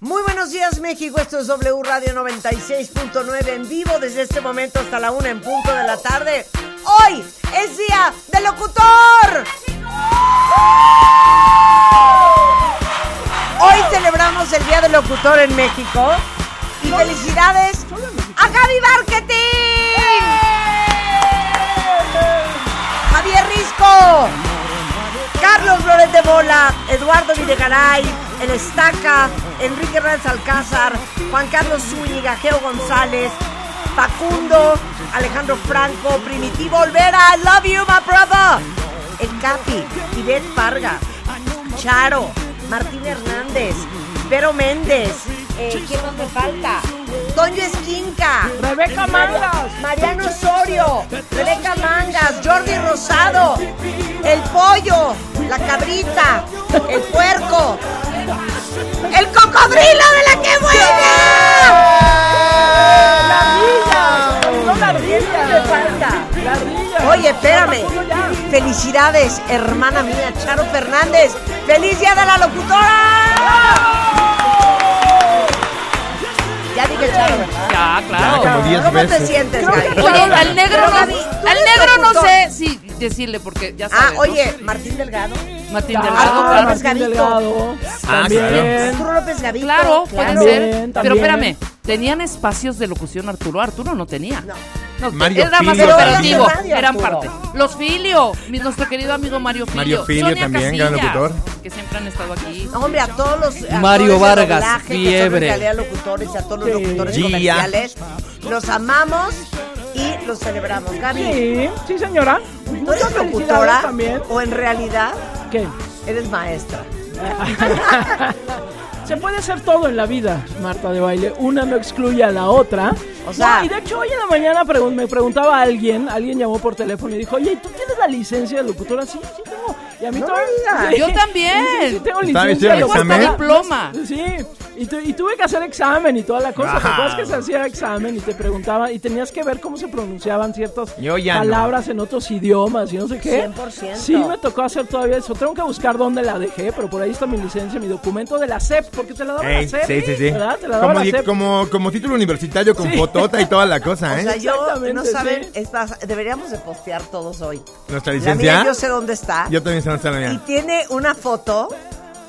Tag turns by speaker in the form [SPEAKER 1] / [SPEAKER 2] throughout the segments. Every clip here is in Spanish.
[SPEAKER 1] Muy buenos días México, esto es W Radio 96.9 en vivo desde este momento hasta la una en punto de la tarde. Hoy es día del locutor. Hoy celebramos el día del locutor en México y felicidades a Gaby Barquetín, Javier Risco, Carlos Flores de Bola, Eduardo Videgaray, El Estaca, Enrique Reyes Alcázar, Juan Carlos Zúñiga, Geo González, Facundo, Alejandro Franco, Primitivo Olvera, I love you, my brother. El Capi, Ivette Parga, Charo, Martín Hernández, Vero Méndez, eh, ¿quién más me falta? Toño Esquinca, Rebeca Mangas, Mariano Osorio, Rebeca Mangas, Jordi Rosado, El Pollo, La Cabrita, El Puerco, El Cocodrilo de la que buena. La me falta. Oye, espérame. Felicidades, hermana mía, Charo Fernández. ¡Feliz día de la locutora! Ya dije Charo, ¿verdad?
[SPEAKER 2] Ya, claro.
[SPEAKER 3] como diez
[SPEAKER 1] ¿Cómo te
[SPEAKER 3] veces.
[SPEAKER 1] sientes, Gaby?
[SPEAKER 2] Charo
[SPEAKER 4] Oye, al negro
[SPEAKER 1] Pero,
[SPEAKER 4] no, al
[SPEAKER 1] Gaby, tú eres
[SPEAKER 4] negro no
[SPEAKER 1] locutor.
[SPEAKER 4] sé si decirle porque ya
[SPEAKER 1] Ah,
[SPEAKER 4] sabes. ¿no?
[SPEAKER 1] oye, Martín Delgado.
[SPEAKER 4] Martín Delgado,
[SPEAKER 1] Arturo
[SPEAKER 4] claro.
[SPEAKER 1] López Gavito.
[SPEAKER 3] Ah, claro.
[SPEAKER 1] Arturo López Gavito.
[SPEAKER 4] Claro, puede
[SPEAKER 1] claro.
[SPEAKER 4] ser. Pero
[SPEAKER 5] También, también.
[SPEAKER 4] espérame, ¿tenían espacios de locución Arturo? Arturo no tenía.
[SPEAKER 1] No.
[SPEAKER 4] No,
[SPEAKER 3] Mario
[SPEAKER 4] era más
[SPEAKER 3] Filio
[SPEAKER 4] operativo,
[SPEAKER 1] también. Radio,
[SPEAKER 4] eran
[SPEAKER 1] Arturo.
[SPEAKER 4] parte. Los Filio, mi- nuestro querido amigo Mario Filio.
[SPEAKER 3] Mario Filio
[SPEAKER 4] Sonia
[SPEAKER 3] también, gran
[SPEAKER 4] Casillas,
[SPEAKER 3] locutor.
[SPEAKER 4] Que siempre han estado aquí.
[SPEAKER 1] Hombre, a todos los actores
[SPEAKER 2] Mario
[SPEAKER 1] de
[SPEAKER 2] Vargas,
[SPEAKER 1] doblaje, que son en
[SPEAKER 2] fiebre.
[SPEAKER 1] realidad locutores, y a todos los
[SPEAKER 5] Sí.
[SPEAKER 1] locutores
[SPEAKER 3] Gia.
[SPEAKER 1] comerciales, los amamos y los celebramos. Gaby,
[SPEAKER 5] Sí, sí, señora.
[SPEAKER 1] ¿tú eres
[SPEAKER 5] Muchas
[SPEAKER 1] locutora
[SPEAKER 5] felicidades también.
[SPEAKER 1] o en realidad
[SPEAKER 5] ¿Qué?
[SPEAKER 1] eres maestra?
[SPEAKER 5] Se puede ser todo en la vida, Marta de baile. Una no excluye a la otra.
[SPEAKER 1] O sea-
[SPEAKER 5] No, y de hecho, hoy en la mañana pregun- me preguntaba a alguien, alguien llamó por teléfono y dijo, oye, ¿tú tienes la licencia de locutora? Sí, sí tengo. Y a mí
[SPEAKER 1] No
[SPEAKER 5] todavía-
[SPEAKER 1] me digas.
[SPEAKER 5] Sí,
[SPEAKER 4] Yo también.
[SPEAKER 5] Sí, sí, tengo
[SPEAKER 3] ¿Estaba
[SPEAKER 5] licencia de
[SPEAKER 3] haciendo el
[SPEAKER 5] locutora.
[SPEAKER 4] examen?
[SPEAKER 5] Sí, y, tu- y tuve que hacer examen y toda la cosa. ¿Te
[SPEAKER 3] Wow.
[SPEAKER 5] acuerdas que se hacía examen y te preguntaban y tenías que ver cómo se pronunciaban ciertas
[SPEAKER 3] Yo ya no.
[SPEAKER 5] palabras en otros idiomas y no sé qué?
[SPEAKER 1] 100%.
[SPEAKER 5] ¿Eh? Sí, me tocó hacer todavía eso. Tengo que buscar dónde la dejé, pero por ahí está mi licencia, mi documento de la CEP, porque te la daba
[SPEAKER 3] Ey,
[SPEAKER 5] la CEP.
[SPEAKER 3] sí, sí, sí.
[SPEAKER 5] ¿Verdad? Te la daba
[SPEAKER 3] Como,
[SPEAKER 5] la E
[SPEAKER 3] di-
[SPEAKER 5] CEP.
[SPEAKER 3] como, como título universitario con
[SPEAKER 5] Sí.
[SPEAKER 3] fotota y toda la cosa,
[SPEAKER 1] O
[SPEAKER 3] ¿eh?
[SPEAKER 1] sea, yo,
[SPEAKER 5] Exactamente,
[SPEAKER 1] no saben,
[SPEAKER 5] sí.
[SPEAKER 1] es más, deberíamos de postear todos hoy.
[SPEAKER 3] Nuestra
[SPEAKER 1] La
[SPEAKER 3] licencia.
[SPEAKER 1] mía, yo sé dónde está.
[SPEAKER 3] Yo también se nos está la
[SPEAKER 1] Y
[SPEAKER 3] mía.
[SPEAKER 1] tiene una foto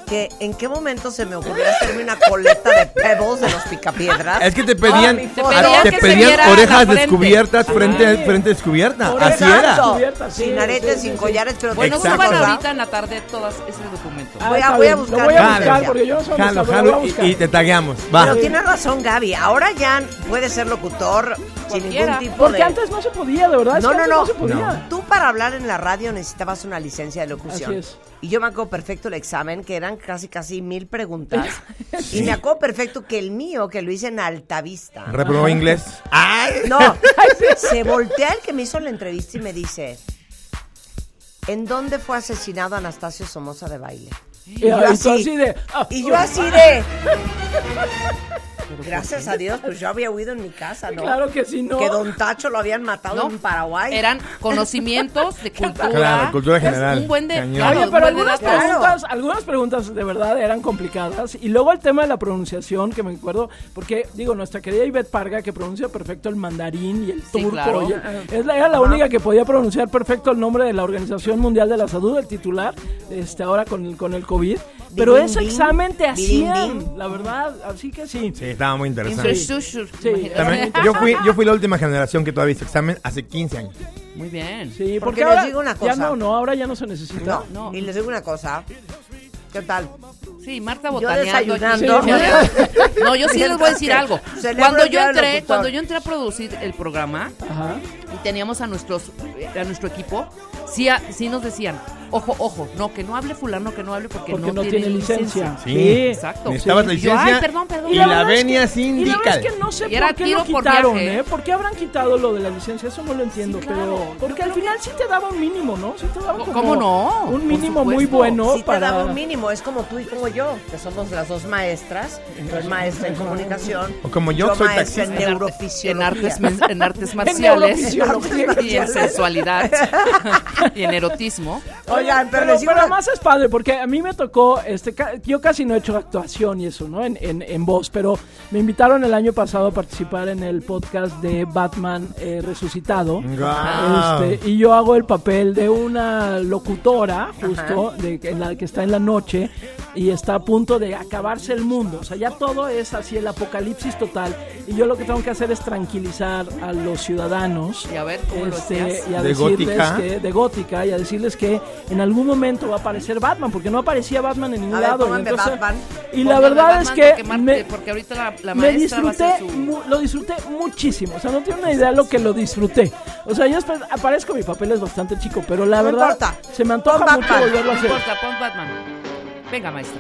[SPEAKER 1] que en qué momento se me ocurrió hacerme una coleta de pebbles de los
[SPEAKER 5] Ah,
[SPEAKER 1] picapiedras.
[SPEAKER 3] Es que te pedían,
[SPEAKER 1] mi
[SPEAKER 4] Te
[SPEAKER 1] foto.
[SPEAKER 4] pedían
[SPEAKER 3] ah, te
[SPEAKER 4] que se
[SPEAKER 3] pedían
[SPEAKER 4] viera la
[SPEAKER 3] orejas
[SPEAKER 4] frente.
[SPEAKER 3] descubiertas, frente,
[SPEAKER 5] Sí.
[SPEAKER 3] frente descubierta.
[SPEAKER 5] Por
[SPEAKER 3] Así
[SPEAKER 1] Exacto.
[SPEAKER 3] era.
[SPEAKER 5] Cubiertas, sí,
[SPEAKER 1] sin aretes,
[SPEAKER 5] sí, sí,
[SPEAKER 1] sin
[SPEAKER 5] sí.
[SPEAKER 1] collares, pero
[SPEAKER 4] Bueno,
[SPEAKER 1] tengo
[SPEAKER 3] Exacto.
[SPEAKER 4] suban
[SPEAKER 1] una cosa.
[SPEAKER 4] ahorita en la tarde todas ese documento.
[SPEAKER 5] Ah,
[SPEAKER 1] Voy a-
[SPEAKER 5] está
[SPEAKER 1] voy a
[SPEAKER 5] bien.
[SPEAKER 1] buscar
[SPEAKER 5] Lo voy a
[SPEAKER 1] la
[SPEAKER 5] buscar,
[SPEAKER 1] licencia.
[SPEAKER 5] porque yo no soy
[SPEAKER 3] Jalo,
[SPEAKER 5] buscador, lo
[SPEAKER 3] jalo
[SPEAKER 5] voy a
[SPEAKER 3] y,
[SPEAKER 5] buscar.
[SPEAKER 3] y te tagueamos. Va.
[SPEAKER 1] Pero tienes razón, Gaby. Ahora ya puede ser locutor sin ningún
[SPEAKER 4] Cualquiera.
[SPEAKER 1] tipo
[SPEAKER 5] Porque
[SPEAKER 1] de.
[SPEAKER 5] antes no se podía, de verdad. es
[SPEAKER 1] no,
[SPEAKER 5] que
[SPEAKER 1] no,
[SPEAKER 5] antes
[SPEAKER 1] no.
[SPEAKER 5] se podía.
[SPEAKER 1] Tú para hablar en la radio necesitabas una licencia de locución.
[SPEAKER 5] Así es.
[SPEAKER 1] Y yo me acuerdo perfecto el examen, que eran casi, casi mil preguntas. Y me acuerdo perfecto que el mío, que lo hice en Altavista.
[SPEAKER 3] Reprobó
[SPEAKER 5] Ah.
[SPEAKER 3] inglés. ¡Ay!
[SPEAKER 1] No, se voltea el que me hizo la entrevista y me dice, ¿en dónde fue asesinado Anastasio Somoza de baile?
[SPEAKER 5] Y,
[SPEAKER 1] yo
[SPEAKER 5] y tú
[SPEAKER 1] así.
[SPEAKER 5] así de, ah,
[SPEAKER 1] Y yo así de... Gracias a Dios, pues yo había huido en mi casa, ¿no?
[SPEAKER 5] Claro que sí, no.
[SPEAKER 1] Que Don Tacho lo habían matado
[SPEAKER 4] ¿no?
[SPEAKER 1] en Paraguay.
[SPEAKER 4] Eran conocimientos de cultura.
[SPEAKER 3] Claro, cultura general.
[SPEAKER 4] Un buen de,
[SPEAKER 3] Cañón.
[SPEAKER 4] claro,
[SPEAKER 5] Oye,
[SPEAKER 4] un
[SPEAKER 5] pero
[SPEAKER 4] buen Pues de
[SPEAKER 5] algunas
[SPEAKER 4] datos.
[SPEAKER 1] Claro.
[SPEAKER 5] preguntas, algunas preguntas de verdad eran complicadas. Y luego el tema de la pronunciación, que me acuerdo, porque digo, nuestra querida Ivette Parga, que pronuncia perfecto el mandarín y el turco.
[SPEAKER 4] claro.
[SPEAKER 5] y el- es la, era la única que podía pronunciar perfecto el nombre de la Organización Mundial de la Salud, el titular, este, ahora con el, con el COVID. Pero
[SPEAKER 1] Bidín,
[SPEAKER 5] ese
[SPEAKER 1] bing.
[SPEAKER 5] examen te
[SPEAKER 1] Bidín,
[SPEAKER 5] hacían,
[SPEAKER 1] bing.
[SPEAKER 5] la verdad, así que sí.
[SPEAKER 3] Sí, estaba muy interesante.
[SPEAKER 4] Infrastructure.
[SPEAKER 5] Sí.
[SPEAKER 4] imagínate.
[SPEAKER 3] También, yo, fui, yo fui la última generación que todavía hizo examen hace 15 años.
[SPEAKER 4] Muy bien.
[SPEAKER 5] Sí,
[SPEAKER 1] Porque
[SPEAKER 5] porque,
[SPEAKER 1] les
[SPEAKER 5] ahora
[SPEAKER 1] digo una
[SPEAKER 5] ya
[SPEAKER 1] cosa.
[SPEAKER 5] no, no, ahora ya no se necesita.
[SPEAKER 1] No,
[SPEAKER 4] No.
[SPEAKER 1] Y les digo una cosa. ¿Qué tal?
[SPEAKER 4] Sí, Marta
[SPEAKER 1] Yo
[SPEAKER 4] botaneando.
[SPEAKER 1] desayunando.
[SPEAKER 4] Sí. No, yo sí les voy a decir
[SPEAKER 1] Mientras
[SPEAKER 4] algo.
[SPEAKER 1] que celebro
[SPEAKER 4] Cuando
[SPEAKER 1] el
[SPEAKER 4] yo
[SPEAKER 1] día del
[SPEAKER 4] entré,
[SPEAKER 1] locutor.
[SPEAKER 4] cuando yo entré a producir el programa
[SPEAKER 5] Ajá.
[SPEAKER 4] y teníamos a nuestros eh, a nuestro equipo, sí, a- sí nos decían, ojo, ojo, no que no hable fulano, que no hable porque,
[SPEAKER 5] Porque
[SPEAKER 4] no, tiene licencia.
[SPEAKER 3] Sí.
[SPEAKER 4] Exacto.
[SPEAKER 3] Necesitabas la
[SPEAKER 4] Y yo,
[SPEAKER 3] licencia.
[SPEAKER 4] ay, perdón, perdón.
[SPEAKER 3] Y
[SPEAKER 5] la
[SPEAKER 3] la
[SPEAKER 5] verdad es
[SPEAKER 3] venia
[SPEAKER 5] Y la verdad
[SPEAKER 3] sindical.
[SPEAKER 5] es que no sé
[SPEAKER 4] Y era
[SPEAKER 5] por qué
[SPEAKER 4] tiro
[SPEAKER 5] lo
[SPEAKER 4] por
[SPEAKER 5] quitaron,
[SPEAKER 4] viaje.
[SPEAKER 5] ¿eh? ¿Por qué habrán quitado lo de la licencia? Eso no lo entiendo,
[SPEAKER 4] Sí, claro.
[SPEAKER 5] pero... Porque
[SPEAKER 4] Yo
[SPEAKER 5] al
[SPEAKER 4] creo
[SPEAKER 5] final sí te daba un mínimo, ¿no? Sí te daba
[SPEAKER 4] Co-
[SPEAKER 5] como
[SPEAKER 4] ¿cómo no?
[SPEAKER 5] Un
[SPEAKER 4] Por
[SPEAKER 5] mínimo muy
[SPEAKER 4] supuesto.
[SPEAKER 5] bueno
[SPEAKER 1] Sí te
[SPEAKER 5] para...
[SPEAKER 1] daba un mínimo, es como tú y como yo, que somos las dos maestras, tú eres maestra en comunicación.
[SPEAKER 3] O como yo, soy
[SPEAKER 1] maestra
[SPEAKER 3] taxista.
[SPEAKER 1] en
[SPEAKER 4] En arte- En
[SPEAKER 1] neurofisiología.
[SPEAKER 4] artes, men- en artes marciales
[SPEAKER 5] neurofisiología.
[SPEAKER 4] y en sensualidad y en erotismo.
[SPEAKER 1] Oigan, pero,
[SPEAKER 5] pero,
[SPEAKER 1] les digo
[SPEAKER 5] pero
[SPEAKER 1] una-
[SPEAKER 5] además es padre, porque a mí me tocó, este, ca- yo casi no he hecho actuación y eso, ¿no? En, en, en voz, pero me invitaron el año pasado a participar en el podcast de Batman eh, Resucitado.
[SPEAKER 3] Guau.
[SPEAKER 5] Este, y yo hago el papel de una locutora, justo, de, que- en la que está en la noche y está a punto de acabarse el mundo. O sea, ya todo es así, el apocalipsis total. Y yo lo que tengo que hacer es tranquilizar a los ciudadanos.
[SPEAKER 4] Y a ver cómo lo
[SPEAKER 5] este,
[SPEAKER 4] hacías.
[SPEAKER 5] y a
[SPEAKER 3] ¿De
[SPEAKER 5] decirles
[SPEAKER 3] gótica?
[SPEAKER 5] que- de gótica y a decirles que en algún momento va a aparecer Batman, porque no aparecía Batman en ningún
[SPEAKER 1] A ver,
[SPEAKER 5] lado. y
[SPEAKER 1] pónganme Batman.
[SPEAKER 5] y la
[SPEAKER 4] Póngame
[SPEAKER 5] verdad es
[SPEAKER 4] Batman,
[SPEAKER 5] que
[SPEAKER 4] porque, Mar-
[SPEAKER 5] me,
[SPEAKER 4] porque ahorita la, la
[SPEAKER 5] me
[SPEAKER 4] maestra va a
[SPEAKER 5] disfruté,
[SPEAKER 4] hacer su...
[SPEAKER 5] mu- lo disfruté muchísimo. O sea, no tiene una idea de lo que lo disfruté. O sea, yo después aparezco, mi papel es bastante chico, pero la
[SPEAKER 1] No
[SPEAKER 5] verdad
[SPEAKER 1] importa.
[SPEAKER 5] se me antoja
[SPEAKER 1] Pon
[SPEAKER 5] mucho
[SPEAKER 1] Batman.
[SPEAKER 5] volverlo a
[SPEAKER 4] No
[SPEAKER 5] hacer.
[SPEAKER 4] importa, pon Batman. Venga, maestra.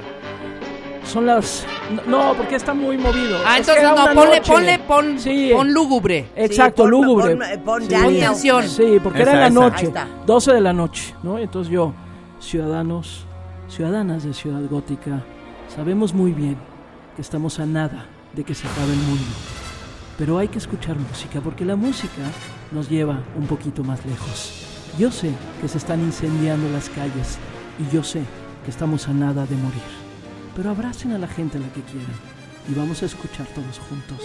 [SPEAKER 5] Son las. No, porque está muy movido.
[SPEAKER 4] Ah,
[SPEAKER 5] Es que
[SPEAKER 4] entonces
[SPEAKER 5] era
[SPEAKER 4] no,
[SPEAKER 5] una
[SPEAKER 4] ponle,
[SPEAKER 5] noche.
[SPEAKER 4] ponle, pon,
[SPEAKER 5] Sí.
[SPEAKER 4] pon lúgubre.
[SPEAKER 5] Exacto,
[SPEAKER 1] Sí, pon-
[SPEAKER 5] lúgubre.
[SPEAKER 1] pon- eh, pon
[SPEAKER 5] sí.
[SPEAKER 1] Daniel.
[SPEAKER 4] Atención.
[SPEAKER 5] Sí, porque era
[SPEAKER 3] Esa,
[SPEAKER 5] en la
[SPEAKER 3] esa.
[SPEAKER 1] Ahí
[SPEAKER 5] noche.
[SPEAKER 1] está.
[SPEAKER 5] 12 de la noche, ¿no? Entonces yo, ciudadanos, ciudadanas de Ciudad Gótica, sabemos muy bien que estamos a nada de que se acabe el mundo. Pero hay que escuchar música porque la música nos lleva un poquito más lejos. Yo sé que se están incendiando las calles y yo sé que estamos a nada de morir. Pero abracen a la gente a la que quieran y vamos a escuchar todos juntos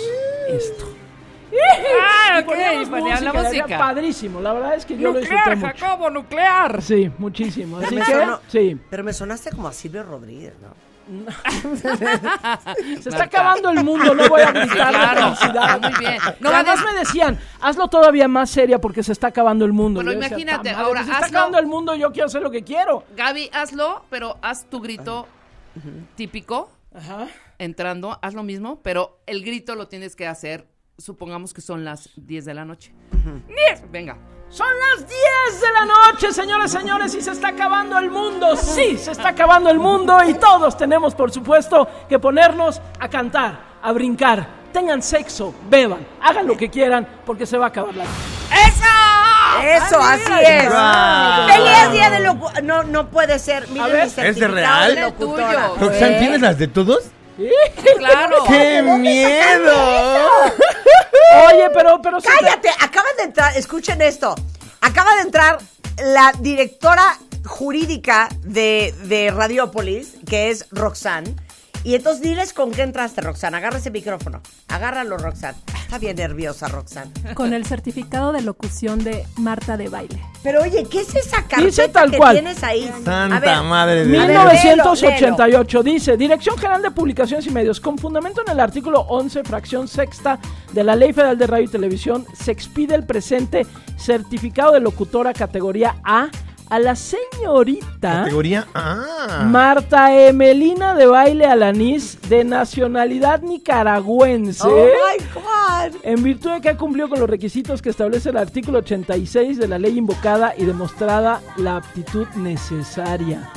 [SPEAKER 5] esto.
[SPEAKER 4] Ah,
[SPEAKER 5] Y poníamos
[SPEAKER 4] ponía la
[SPEAKER 5] Era
[SPEAKER 4] música.
[SPEAKER 5] padrísimo, la verdad es que yo lo disfruté
[SPEAKER 4] Nuclear,
[SPEAKER 5] mucho.
[SPEAKER 4] Jacobo, nuclear.
[SPEAKER 5] Sí, muchísimo. Así
[SPEAKER 1] Me
[SPEAKER 5] que,
[SPEAKER 1] sonó-
[SPEAKER 5] sí.
[SPEAKER 1] Pero me sonaste como a Silvio Rodríguez, ¿no?
[SPEAKER 5] Se está acabando el mundo, no voy a gritar la
[SPEAKER 4] Claro,
[SPEAKER 5] felicidad.
[SPEAKER 4] muy bien.
[SPEAKER 5] No,
[SPEAKER 4] No, va a
[SPEAKER 5] además
[SPEAKER 4] decir-
[SPEAKER 5] me decían, hazlo todavía más seria porque se está acabando el mundo.
[SPEAKER 4] Bueno,
[SPEAKER 5] Yo decía,
[SPEAKER 4] imagínate,
[SPEAKER 5] "Ta madre,
[SPEAKER 4] ahora
[SPEAKER 5] se está
[SPEAKER 4] hazlo-
[SPEAKER 5] acabando el mundo, yo quiero hacer lo que quiero.
[SPEAKER 4] Gaby, hazlo, pero haz tu grito típico
[SPEAKER 5] Ajá.
[SPEAKER 4] entrando. Haz lo mismo, pero el grito lo tienes que hacer. Supongamos que son las 10 de la noche. ¡Diez! Venga.
[SPEAKER 5] Son las 10 de la noche, señoras, señores, y se está acabando el mundo. Sí, se está acabando el mundo y todos tenemos, por supuesto, que ponernos a cantar, a brincar. Tengan sexo, beban, hagan lo que quieran porque se va a acabar la
[SPEAKER 4] ¡Eso!
[SPEAKER 5] Ah,
[SPEAKER 1] Eso, así es. Feliz día del locutor. No, no puede ser. Miren
[SPEAKER 5] A ver.
[SPEAKER 1] mi
[SPEAKER 5] ¿Es
[SPEAKER 3] de
[SPEAKER 1] certificado
[SPEAKER 3] real?
[SPEAKER 1] de
[SPEAKER 3] El
[SPEAKER 1] locutora.
[SPEAKER 4] tuyo.
[SPEAKER 3] Roxanne,
[SPEAKER 4] ¿Eh?
[SPEAKER 3] ¿tienes las de todos?
[SPEAKER 4] ¡Claro!
[SPEAKER 3] ¡Qué miedo!
[SPEAKER 5] Oye, pero, pero se te-
[SPEAKER 1] Cállate, acaba de entrar, escuchen esto. Acaba de entrar la directora jurídica de, de Radiopolis, que es Roxanne. Y entonces diles con qué entraste, Roxanne. Agarra ese micrófono. Agárralo, Roxanne. Está bien nerviosa, Roxanne.
[SPEAKER 2] con el certificado de locución de Marta de baile.
[SPEAKER 1] Pero oye, ¿qué es esa carpeta
[SPEAKER 5] Dice tal
[SPEAKER 1] que
[SPEAKER 5] cual.
[SPEAKER 1] tienes ahí?
[SPEAKER 3] Santa
[SPEAKER 1] A ver,
[SPEAKER 3] madre de
[SPEAKER 1] ver,
[SPEAKER 3] Dios.
[SPEAKER 5] 1988 dice, Dirección General de Publicaciones y Medios, con fundamento en el artículo 11, fracción sexta de la Ley Federal de Radio y Televisión, se expide el presente certificado de locutora categoría A a la
[SPEAKER 3] ¿Ah?
[SPEAKER 5] señorita
[SPEAKER 3] Categoría A.
[SPEAKER 5] Marta Emelina de Baile Alanís de nacionalidad nicaragüense.
[SPEAKER 1] Oh my God.
[SPEAKER 5] En virtud de que ha cumplido con los requisitos que establece el artículo 86 de la ley invocada y demostrada la aptitud necesaria.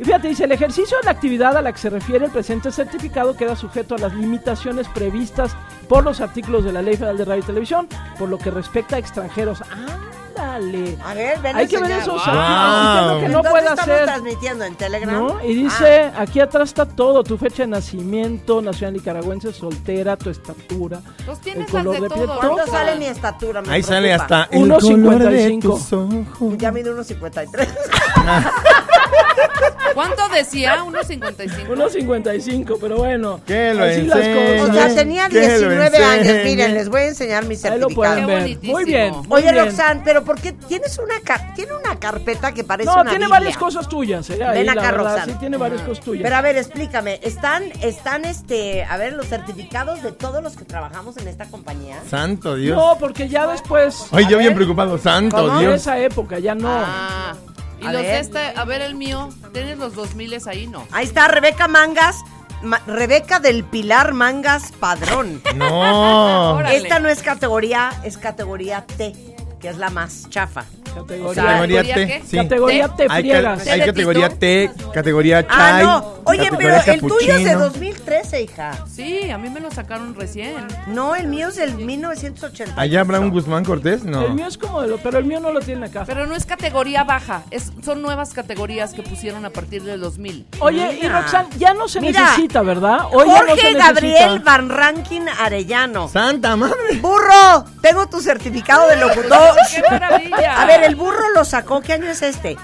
[SPEAKER 5] Y fíjate, dice, el ejercicio de la actividad a la que se refiere el presente certificado queda sujeto a las limitaciones previstas por los artículos de la Ley Federal de Radio y Televisión, por lo que respecta a extranjeros. ¡Ándale!
[SPEAKER 1] A ver, ven
[SPEAKER 5] Hay que ver
[SPEAKER 1] enseñar.
[SPEAKER 5] esos
[SPEAKER 3] Wow.
[SPEAKER 5] artículos, entiendo que no
[SPEAKER 1] Entonces,
[SPEAKER 5] puede
[SPEAKER 1] estamos
[SPEAKER 5] hacer.
[SPEAKER 1] transmitiendo en Telegram? Ah,
[SPEAKER 5] ¿No? Y dice, aquí atrás está todo, tu fecha de nacimiento, nacional nicaragüense, soltera, tu estatura,
[SPEAKER 1] Pues
[SPEAKER 4] Los
[SPEAKER 5] el
[SPEAKER 4] tienes las
[SPEAKER 5] color
[SPEAKER 4] de
[SPEAKER 5] de piel,
[SPEAKER 4] todo.
[SPEAKER 1] ¿Cuándo
[SPEAKER 4] Roxanne.
[SPEAKER 1] sale mi estatura? Me
[SPEAKER 3] Ahí sale
[SPEAKER 1] preocupa.
[SPEAKER 3] hasta el
[SPEAKER 5] 1.55.
[SPEAKER 3] color de tus ojos.
[SPEAKER 1] Ya mide 1.53.
[SPEAKER 4] ¿Cuánto decía? ¿1.55?
[SPEAKER 5] 1.55, pero bueno.
[SPEAKER 3] Que lo
[SPEAKER 5] así las
[SPEAKER 3] enseñe.
[SPEAKER 5] cosas.
[SPEAKER 1] O sea, tenía
[SPEAKER 3] Que lo
[SPEAKER 1] 19 años.
[SPEAKER 3] enseñe.
[SPEAKER 1] Miren, les voy a enseñar mi
[SPEAKER 5] Ahí lo
[SPEAKER 1] certificado.
[SPEAKER 5] pueden
[SPEAKER 4] Qué
[SPEAKER 5] ver.
[SPEAKER 4] bonitísimo.
[SPEAKER 5] Muy bien. muy
[SPEAKER 1] Oye,
[SPEAKER 5] bien.
[SPEAKER 1] Roxanne, pero ¿por qué tienes una, ca- tiene una carpeta que parece
[SPEAKER 5] No,
[SPEAKER 1] una
[SPEAKER 5] tiene
[SPEAKER 1] Biblia?
[SPEAKER 5] varias cosas tuyas. Eh, ahí,
[SPEAKER 1] Ven
[SPEAKER 5] la
[SPEAKER 1] acá,
[SPEAKER 5] verdad,
[SPEAKER 1] Roxanne.
[SPEAKER 5] Sí, tiene varias cosas tuyas.
[SPEAKER 1] Pero a ver, explícame, ¿están, están este, a ver, los certificados de todos los que trabajamos en esta compañía?
[SPEAKER 3] Santo Dios.
[SPEAKER 5] no, porque ya después.
[SPEAKER 3] Ay,
[SPEAKER 5] a
[SPEAKER 3] yo bien
[SPEAKER 5] ver,
[SPEAKER 3] preocupado. Santo
[SPEAKER 5] En
[SPEAKER 3] Dios.
[SPEAKER 5] esa época ya no.
[SPEAKER 4] Ah, Y
[SPEAKER 1] A
[SPEAKER 4] los
[SPEAKER 1] ver.
[SPEAKER 4] de este, a ver el mío, ¿tienes los 2000 ahí? No.
[SPEAKER 1] Ahí está Rebeca Mangas, Ma- Rebeca del Pilar Mangas Padrón.
[SPEAKER 3] No.
[SPEAKER 4] Órale.
[SPEAKER 1] Esta no es categoría, es categoría T, que es la más chafa.
[SPEAKER 5] Categoría,
[SPEAKER 1] O sea,
[SPEAKER 3] Categoría T,
[SPEAKER 4] qué?
[SPEAKER 3] sí.
[SPEAKER 5] categoría te
[SPEAKER 3] Hay, ca-
[SPEAKER 5] friegas.
[SPEAKER 3] hay
[SPEAKER 4] ¿Te
[SPEAKER 3] categoría
[SPEAKER 4] repito?
[SPEAKER 3] T, categoría
[SPEAKER 1] Ah,
[SPEAKER 3] Chai.
[SPEAKER 1] no. Oye, pero
[SPEAKER 3] categoría
[SPEAKER 1] el tuyo es de
[SPEAKER 3] cappuccino.
[SPEAKER 1] 2013, hija.
[SPEAKER 4] Sí, a mí me lo sacaron recién.
[SPEAKER 1] No, el mío es del 1980.
[SPEAKER 3] ¿Allá habrá un Guzmán Cortés? No.
[SPEAKER 5] El mío es como de lo, pero el mío no lo tiene acá.
[SPEAKER 4] Pero no es categoría baja, es, son nuevas categorías que pusieron a partir del 2000.
[SPEAKER 5] Oye, y
[SPEAKER 1] Mira.
[SPEAKER 5] Roxanne, ya no se
[SPEAKER 1] Mira.
[SPEAKER 5] necesita, ¿verdad? Hoy ya no
[SPEAKER 1] Jorge
[SPEAKER 5] se necesita.
[SPEAKER 1] Gabriel Van Rankin Arellano.
[SPEAKER 3] ¡Santa madre!
[SPEAKER 1] Burro, tengo tu certificado de locutor.
[SPEAKER 4] ¡Qué maravilla!
[SPEAKER 1] A ver, el burro lo sacó. ¿Qué año es este?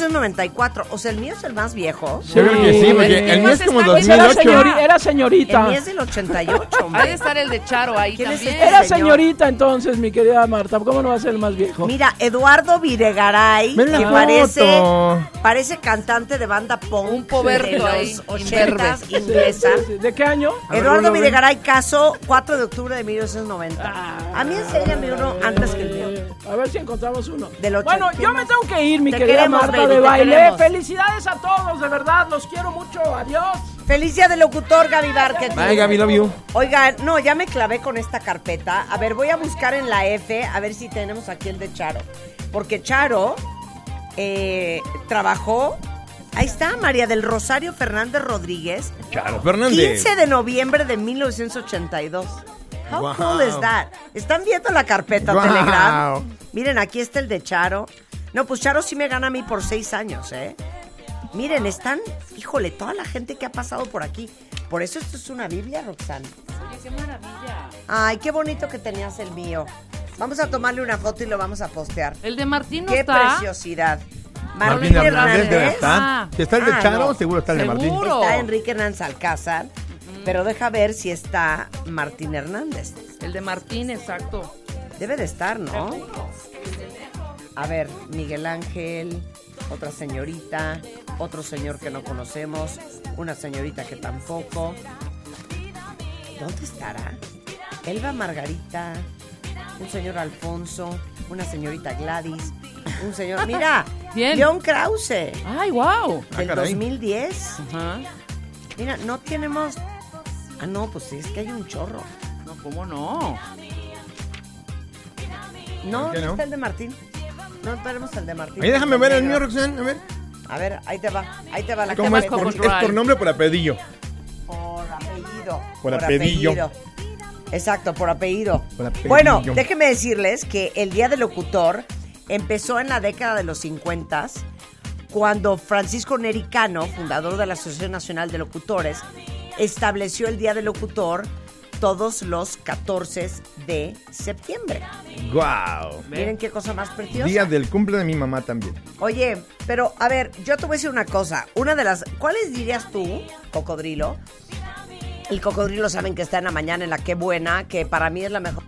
[SPEAKER 1] 1994. O sea, el mío es el más viejo.
[SPEAKER 5] Sí.
[SPEAKER 3] Yo creo que sí, porque el mío es como 2008.
[SPEAKER 5] señori- era
[SPEAKER 1] El
[SPEAKER 5] señorita.
[SPEAKER 1] mío es del 88.
[SPEAKER 4] Ha de
[SPEAKER 1] hombre.
[SPEAKER 4] estar el de Charo ahí
[SPEAKER 1] ¿Quién es
[SPEAKER 4] también.
[SPEAKER 1] este?
[SPEAKER 5] Era
[SPEAKER 1] señor.
[SPEAKER 5] señorita entonces, mi querida Marta. ¿Cómo no va a ser el más viejo?
[SPEAKER 1] Mira, Eduardo Videgaray,
[SPEAKER 3] Ven la
[SPEAKER 1] que
[SPEAKER 3] foto.
[SPEAKER 1] parece, parece cantante de los
[SPEAKER 4] Un
[SPEAKER 1] punk de
[SPEAKER 4] poberto ahí,
[SPEAKER 1] los 80
[SPEAKER 5] Sí,
[SPEAKER 1] inglesa.
[SPEAKER 5] sí, sí. ¿De qué año?
[SPEAKER 3] ver,
[SPEAKER 1] Eduardo
[SPEAKER 3] uno, ven.
[SPEAKER 1] Videgaray, caso 4 de octubre de
[SPEAKER 3] Ah.
[SPEAKER 1] 1990. A mí enséñame uno antes que el mío.
[SPEAKER 5] A ver si encontramos uno.
[SPEAKER 1] Del ocho.
[SPEAKER 5] bueno, yo
[SPEAKER 1] ¿Quién
[SPEAKER 5] me
[SPEAKER 1] más?
[SPEAKER 5] tengo que ir, mi
[SPEAKER 1] Te
[SPEAKER 5] querida
[SPEAKER 1] queremos,
[SPEAKER 5] Marta
[SPEAKER 1] baby,
[SPEAKER 5] de
[SPEAKER 1] te
[SPEAKER 5] baile.
[SPEAKER 1] queremos.
[SPEAKER 5] Felicidades a todos, de verdad. Los quiero mucho. Adiós.
[SPEAKER 1] Felicia de locutor, Gaby Barquet.
[SPEAKER 3] Bye, Gaby, love you.
[SPEAKER 1] Oiga, no, ya me clavé con esta carpeta. A ver, voy a buscar en la F, a ver si tenemos aquí el de Charo. Porque Charo eh, trabajó. Ahí está, María del Rosario Fernández Rodríguez.
[SPEAKER 3] Charo Fernández.
[SPEAKER 1] 15 de noviembre de 1982. How
[SPEAKER 3] Wow.
[SPEAKER 1] cool is that? ¿Están viendo la carpeta
[SPEAKER 3] Wow.
[SPEAKER 1] Telegram? Miren, aquí está el de Charo. No, pues Charo sí me gana a mí por seis años, ¿eh? Miren, están, híjole, toda la gente que ha pasado por aquí. Por eso esto es una Biblia, Roxana.
[SPEAKER 4] ¡Qué maravilla!
[SPEAKER 1] Ay, qué bonito que tenías el mío. Vamos a tomarle una foto y lo vamos a postear.
[SPEAKER 4] El de Martín no
[SPEAKER 1] qué
[SPEAKER 4] está.
[SPEAKER 1] preciosidad.
[SPEAKER 3] Martín
[SPEAKER 1] Martín
[SPEAKER 3] Hernández, que la
[SPEAKER 1] Hernández.
[SPEAKER 3] está.
[SPEAKER 4] Ah.
[SPEAKER 3] Si está el de
[SPEAKER 1] Ah,
[SPEAKER 3] Charo,
[SPEAKER 1] no.
[SPEAKER 3] seguro está el de Martín.
[SPEAKER 4] Seguro.
[SPEAKER 1] Está Enrique Hernández Alcázar, pero deja ver si está Martín Hernández.
[SPEAKER 4] El de Martín, exacto.
[SPEAKER 1] Debe de estar, ¿no? A ver, Miguel Ángel, otra señorita, otro señor que no conocemos, una señorita que tampoco. ¿Dónde estará? Elba Margarita, un señor Alfonso, una señorita Gladys, un señor... Mira,
[SPEAKER 4] Bien.
[SPEAKER 1] John Krause,
[SPEAKER 4] ¡Ay, wow!
[SPEAKER 1] del
[SPEAKER 3] caray.
[SPEAKER 1] 2010.
[SPEAKER 4] Ajá.
[SPEAKER 1] Mira, no tenemos... Ah, no, pues es que hay un chorro.
[SPEAKER 4] No, ¿cómo no?
[SPEAKER 1] No,
[SPEAKER 3] ¿Por qué
[SPEAKER 1] no
[SPEAKER 3] no?
[SPEAKER 1] está el de Martín. No tenemos el de Martín.
[SPEAKER 3] Ahí déjame ver el mío,
[SPEAKER 1] Negro.
[SPEAKER 3] Roxanne. A ver.
[SPEAKER 1] A ver, ahí te va, ahí te va la
[SPEAKER 3] ¿Cómo es
[SPEAKER 1] carpeta.
[SPEAKER 4] Coco
[SPEAKER 3] por,
[SPEAKER 4] Drive.
[SPEAKER 3] es por nombre o por apellido?
[SPEAKER 1] Por apellido.
[SPEAKER 3] Por apellido.
[SPEAKER 1] Exacto, por apellido.
[SPEAKER 3] Por apellido.
[SPEAKER 1] Bueno, déjenme decirles que el Día del Locutor empezó en la década de los 50 cuando Francisco Nericano, fundador de la Asociación Nacional de Locutores, estableció el Día del Locutor todos los 14 de septiembre.
[SPEAKER 3] ¡Guau!
[SPEAKER 1] Miren qué cosa más preciosa.
[SPEAKER 3] Día del cumple de mi mamá también.
[SPEAKER 1] Oye, pero a ver, yo te voy a decir una cosa. Una de las. ¿Cuáles dirías tú, cocodrilo? El cocodrilo saben que está en la mañana, en la que buena, que para mí es la mejor.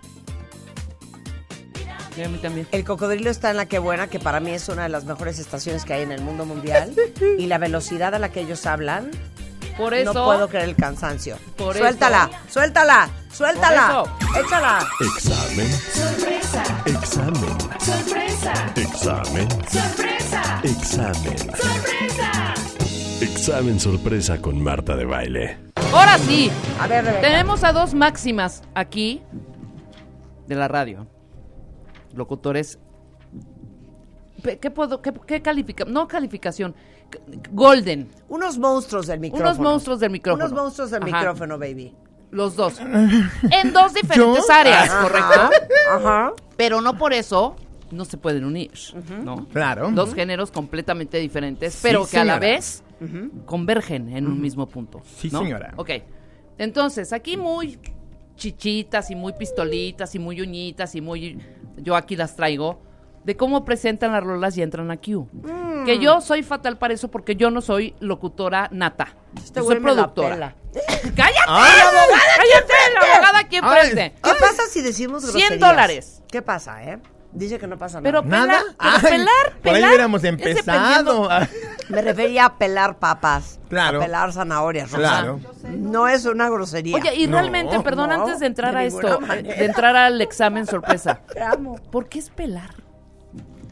[SPEAKER 4] Y a mí también.
[SPEAKER 1] El cocodrilo está en la que buena, que para mí es una de las mejores estaciones que hay en el mundo mundial. Y la velocidad a la que ellos hablan,
[SPEAKER 4] Por eso.
[SPEAKER 1] no puedo creer el cansancio.
[SPEAKER 4] Por eso.
[SPEAKER 1] suéltala, suéltala, suéltala, échala.
[SPEAKER 6] Examen. Examen. Examen. Examen. Examen sorpresa con Marta de baile.
[SPEAKER 4] Ahora sí.
[SPEAKER 1] A ver, Rebeca.
[SPEAKER 4] Tenemos a dos máximas aquí de la radio. Locutores. Pe- ¿Qué puedo? ¿Qué, qué califica? No calificación. C- Golden.
[SPEAKER 1] Unos monstruos del micrófono.
[SPEAKER 4] monstruos del micrófono.
[SPEAKER 1] Unos monstruos del
[SPEAKER 4] Ajá.
[SPEAKER 1] micrófono, baby.
[SPEAKER 4] Los dos. En dos diferentes áreas,
[SPEAKER 1] Ajá,
[SPEAKER 4] ¿correcto?
[SPEAKER 1] Ajá.
[SPEAKER 4] Pero no por eso no se pueden unir, ¿no?
[SPEAKER 3] Claro.
[SPEAKER 4] Dos géneros completamente diferentes,
[SPEAKER 3] Sí,
[SPEAKER 4] pero que a la
[SPEAKER 3] señora.
[SPEAKER 4] vez convergen en un mismo punto.
[SPEAKER 3] Sí,
[SPEAKER 4] ¿no?
[SPEAKER 3] señora.
[SPEAKER 4] Ok. Entonces, aquí muy chichitas y muy pistolitas y muy uñitas y muy... Yo aquí las traigo de cómo presentan las rolas y entran a Q.
[SPEAKER 3] Mm.
[SPEAKER 4] Que yo soy fatal para eso porque yo no soy locutora nata.
[SPEAKER 1] Este
[SPEAKER 4] Yo soy
[SPEAKER 1] güey me la
[SPEAKER 4] productora.
[SPEAKER 1] pela.
[SPEAKER 4] ¡Cállate!
[SPEAKER 3] ¡Ay!
[SPEAKER 4] abogada! ¡Cállate! la abogada aquí
[SPEAKER 3] ¡Ay!
[SPEAKER 4] enfrente!
[SPEAKER 1] ¿Qué pasa si decimos
[SPEAKER 4] 100
[SPEAKER 1] groserías?
[SPEAKER 4] dólares.
[SPEAKER 1] ¿Qué pasa, eh? Dice que no pasa
[SPEAKER 4] Pero
[SPEAKER 1] nada.
[SPEAKER 3] ¿Nada?
[SPEAKER 4] pelar, pero
[SPEAKER 3] Ay,
[SPEAKER 4] pelar,
[SPEAKER 3] Por ahí
[SPEAKER 4] pelar,
[SPEAKER 3] hubiéramos
[SPEAKER 4] es dependiendo-
[SPEAKER 3] empezado.
[SPEAKER 1] Me refería a pelar papas.
[SPEAKER 3] Claro.
[SPEAKER 1] A pelar zanahorias, Rosa.
[SPEAKER 3] Claro.
[SPEAKER 1] No es una grosería.
[SPEAKER 4] Oye, y
[SPEAKER 3] No,
[SPEAKER 4] realmente, perdón,
[SPEAKER 1] no,
[SPEAKER 4] antes de entrar
[SPEAKER 1] de
[SPEAKER 4] a
[SPEAKER 1] ninguna
[SPEAKER 4] esto,
[SPEAKER 1] manera.
[SPEAKER 4] eh, de entrar al examen sorpresa,
[SPEAKER 1] Te amo.
[SPEAKER 4] ¿por qué es pelar?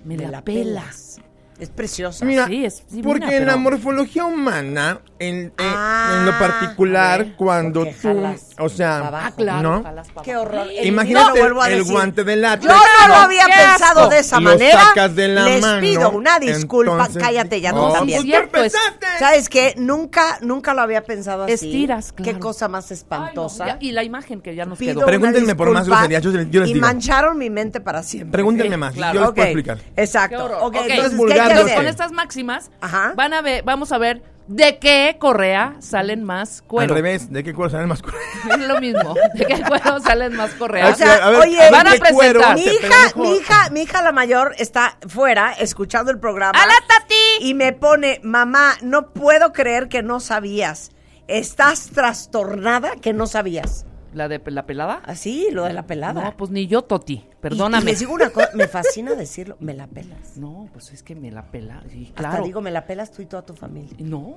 [SPEAKER 4] Me,
[SPEAKER 1] Me
[SPEAKER 4] la,
[SPEAKER 1] la
[SPEAKER 4] pelas.
[SPEAKER 1] Es preciosa.
[SPEAKER 7] Mira,
[SPEAKER 4] sí, es divina,
[SPEAKER 7] porque en la
[SPEAKER 4] pero-
[SPEAKER 7] morfología humana,
[SPEAKER 3] eh,
[SPEAKER 7] en, en-
[SPEAKER 1] Ah,
[SPEAKER 7] en lo particular,
[SPEAKER 1] a ver,
[SPEAKER 7] cuando
[SPEAKER 1] porque
[SPEAKER 7] tú,
[SPEAKER 1] jalas
[SPEAKER 7] o sea,
[SPEAKER 1] para abajo.
[SPEAKER 4] Ah, claro.
[SPEAKER 7] ¿no?
[SPEAKER 4] jalas pa'
[SPEAKER 1] Qué
[SPEAKER 4] abajo.
[SPEAKER 1] horror.
[SPEAKER 7] Imagínate
[SPEAKER 1] Yo lo vuelvo a
[SPEAKER 7] el
[SPEAKER 1] decir.
[SPEAKER 7] guante de látex.
[SPEAKER 1] Yo no lo
[SPEAKER 7] ¿no?
[SPEAKER 1] había
[SPEAKER 4] ¡Qué
[SPEAKER 1] pensado
[SPEAKER 4] asco!
[SPEAKER 1] de esa
[SPEAKER 7] Lo
[SPEAKER 1] manera.
[SPEAKER 7] sacas de la
[SPEAKER 1] Les
[SPEAKER 7] mano,
[SPEAKER 1] pido una disculpa.
[SPEAKER 7] entonces-
[SPEAKER 1] Cállate ya, tú
[SPEAKER 7] Oh,
[SPEAKER 1] también.
[SPEAKER 7] pues,
[SPEAKER 4] Cierto, es-
[SPEAKER 7] torpezote.
[SPEAKER 1] ¿Sabes qué? Nunca, nunca lo había pensado así.
[SPEAKER 4] Estiras, claro.
[SPEAKER 1] Qué cosa más
[SPEAKER 4] Ay, no,
[SPEAKER 1] espantosa.
[SPEAKER 4] ya- y la imagen que ya nos
[SPEAKER 1] Pido
[SPEAKER 4] quedó.
[SPEAKER 1] una
[SPEAKER 7] Pregúntenme por más
[SPEAKER 1] disculpa
[SPEAKER 7] groserías, yo les- yo les
[SPEAKER 1] y
[SPEAKER 7] digo.
[SPEAKER 1] mancharon mi mente para siempre.
[SPEAKER 7] Pregúntenme más,
[SPEAKER 4] claro.
[SPEAKER 7] yo les
[SPEAKER 1] Ok,
[SPEAKER 7] puedo explicar.
[SPEAKER 4] Qué
[SPEAKER 1] Exacto.
[SPEAKER 4] horror.
[SPEAKER 1] Ok,
[SPEAKER 4] Ok.
[SPEAKER 1] entonces,
[SPEAKER 7] Es vulgar,
[SPEAKER 1] ¿qué hay
[SPEAKER 7] yo
[SPEAKER 1] que
[SPEAKER 4] Entonces,
[SPEAKER 7] sé.
[SPEAKER 1] hacer?
[SPEAKER 4] con estas máximas,
[SPEAKER 1] Ajá.
[SPEAKER 4] van a ver, vamos a ver de qué correa salen más cueros.
[SPEAKER 7] Al revés, ¿de qué cuero salen más cuero?
[SPEAKER 4] Es lo mismo. ¿De qué cuero salen más
[SPEAKER 1] O
[SPEAKER 4] correas?
[SPEAKER 1] sea, oye,
[SPEAKER 4] van a
[SPEAKER 7] ¿de qué cuero
[SPEAKER 4] presentar.
[SPEAKER 1] mi
[SPEAKER 7] se
[SPEAKER 1] hija,
[SPEAKER 7] peleó?
[SPEAKER 1] mi hija, mi hija la mayor está fuera escuchando el programa.
[SPEAKER 4] ¡A la Tati!
[SPEAKER 1] Y me pone, mamá, no puedo creer que no sabías. Estás trastornada que no sabías.
[SPEAKER 4] ¿La de pe- la pelada?
[SPEAKER 1] Así, lo de la pelada.
[SPEAKER 4] No, pues ni yo, Toti.
[SPEAKER 1] Y-
[SPEAKER 4] Perdóname.
[SPEAKER 1] Y, les digo una cosa, me fascina decirlo, me la pelas.
[SPEAKER 4] No, pues es que me la pela. Sí,
[SPEAKER 1] Hasta
[SPEAKER 4] claro.
[SPEAKER 1] digo, me la pelas tú y toda tu familia.
[SPEAKER 4] No.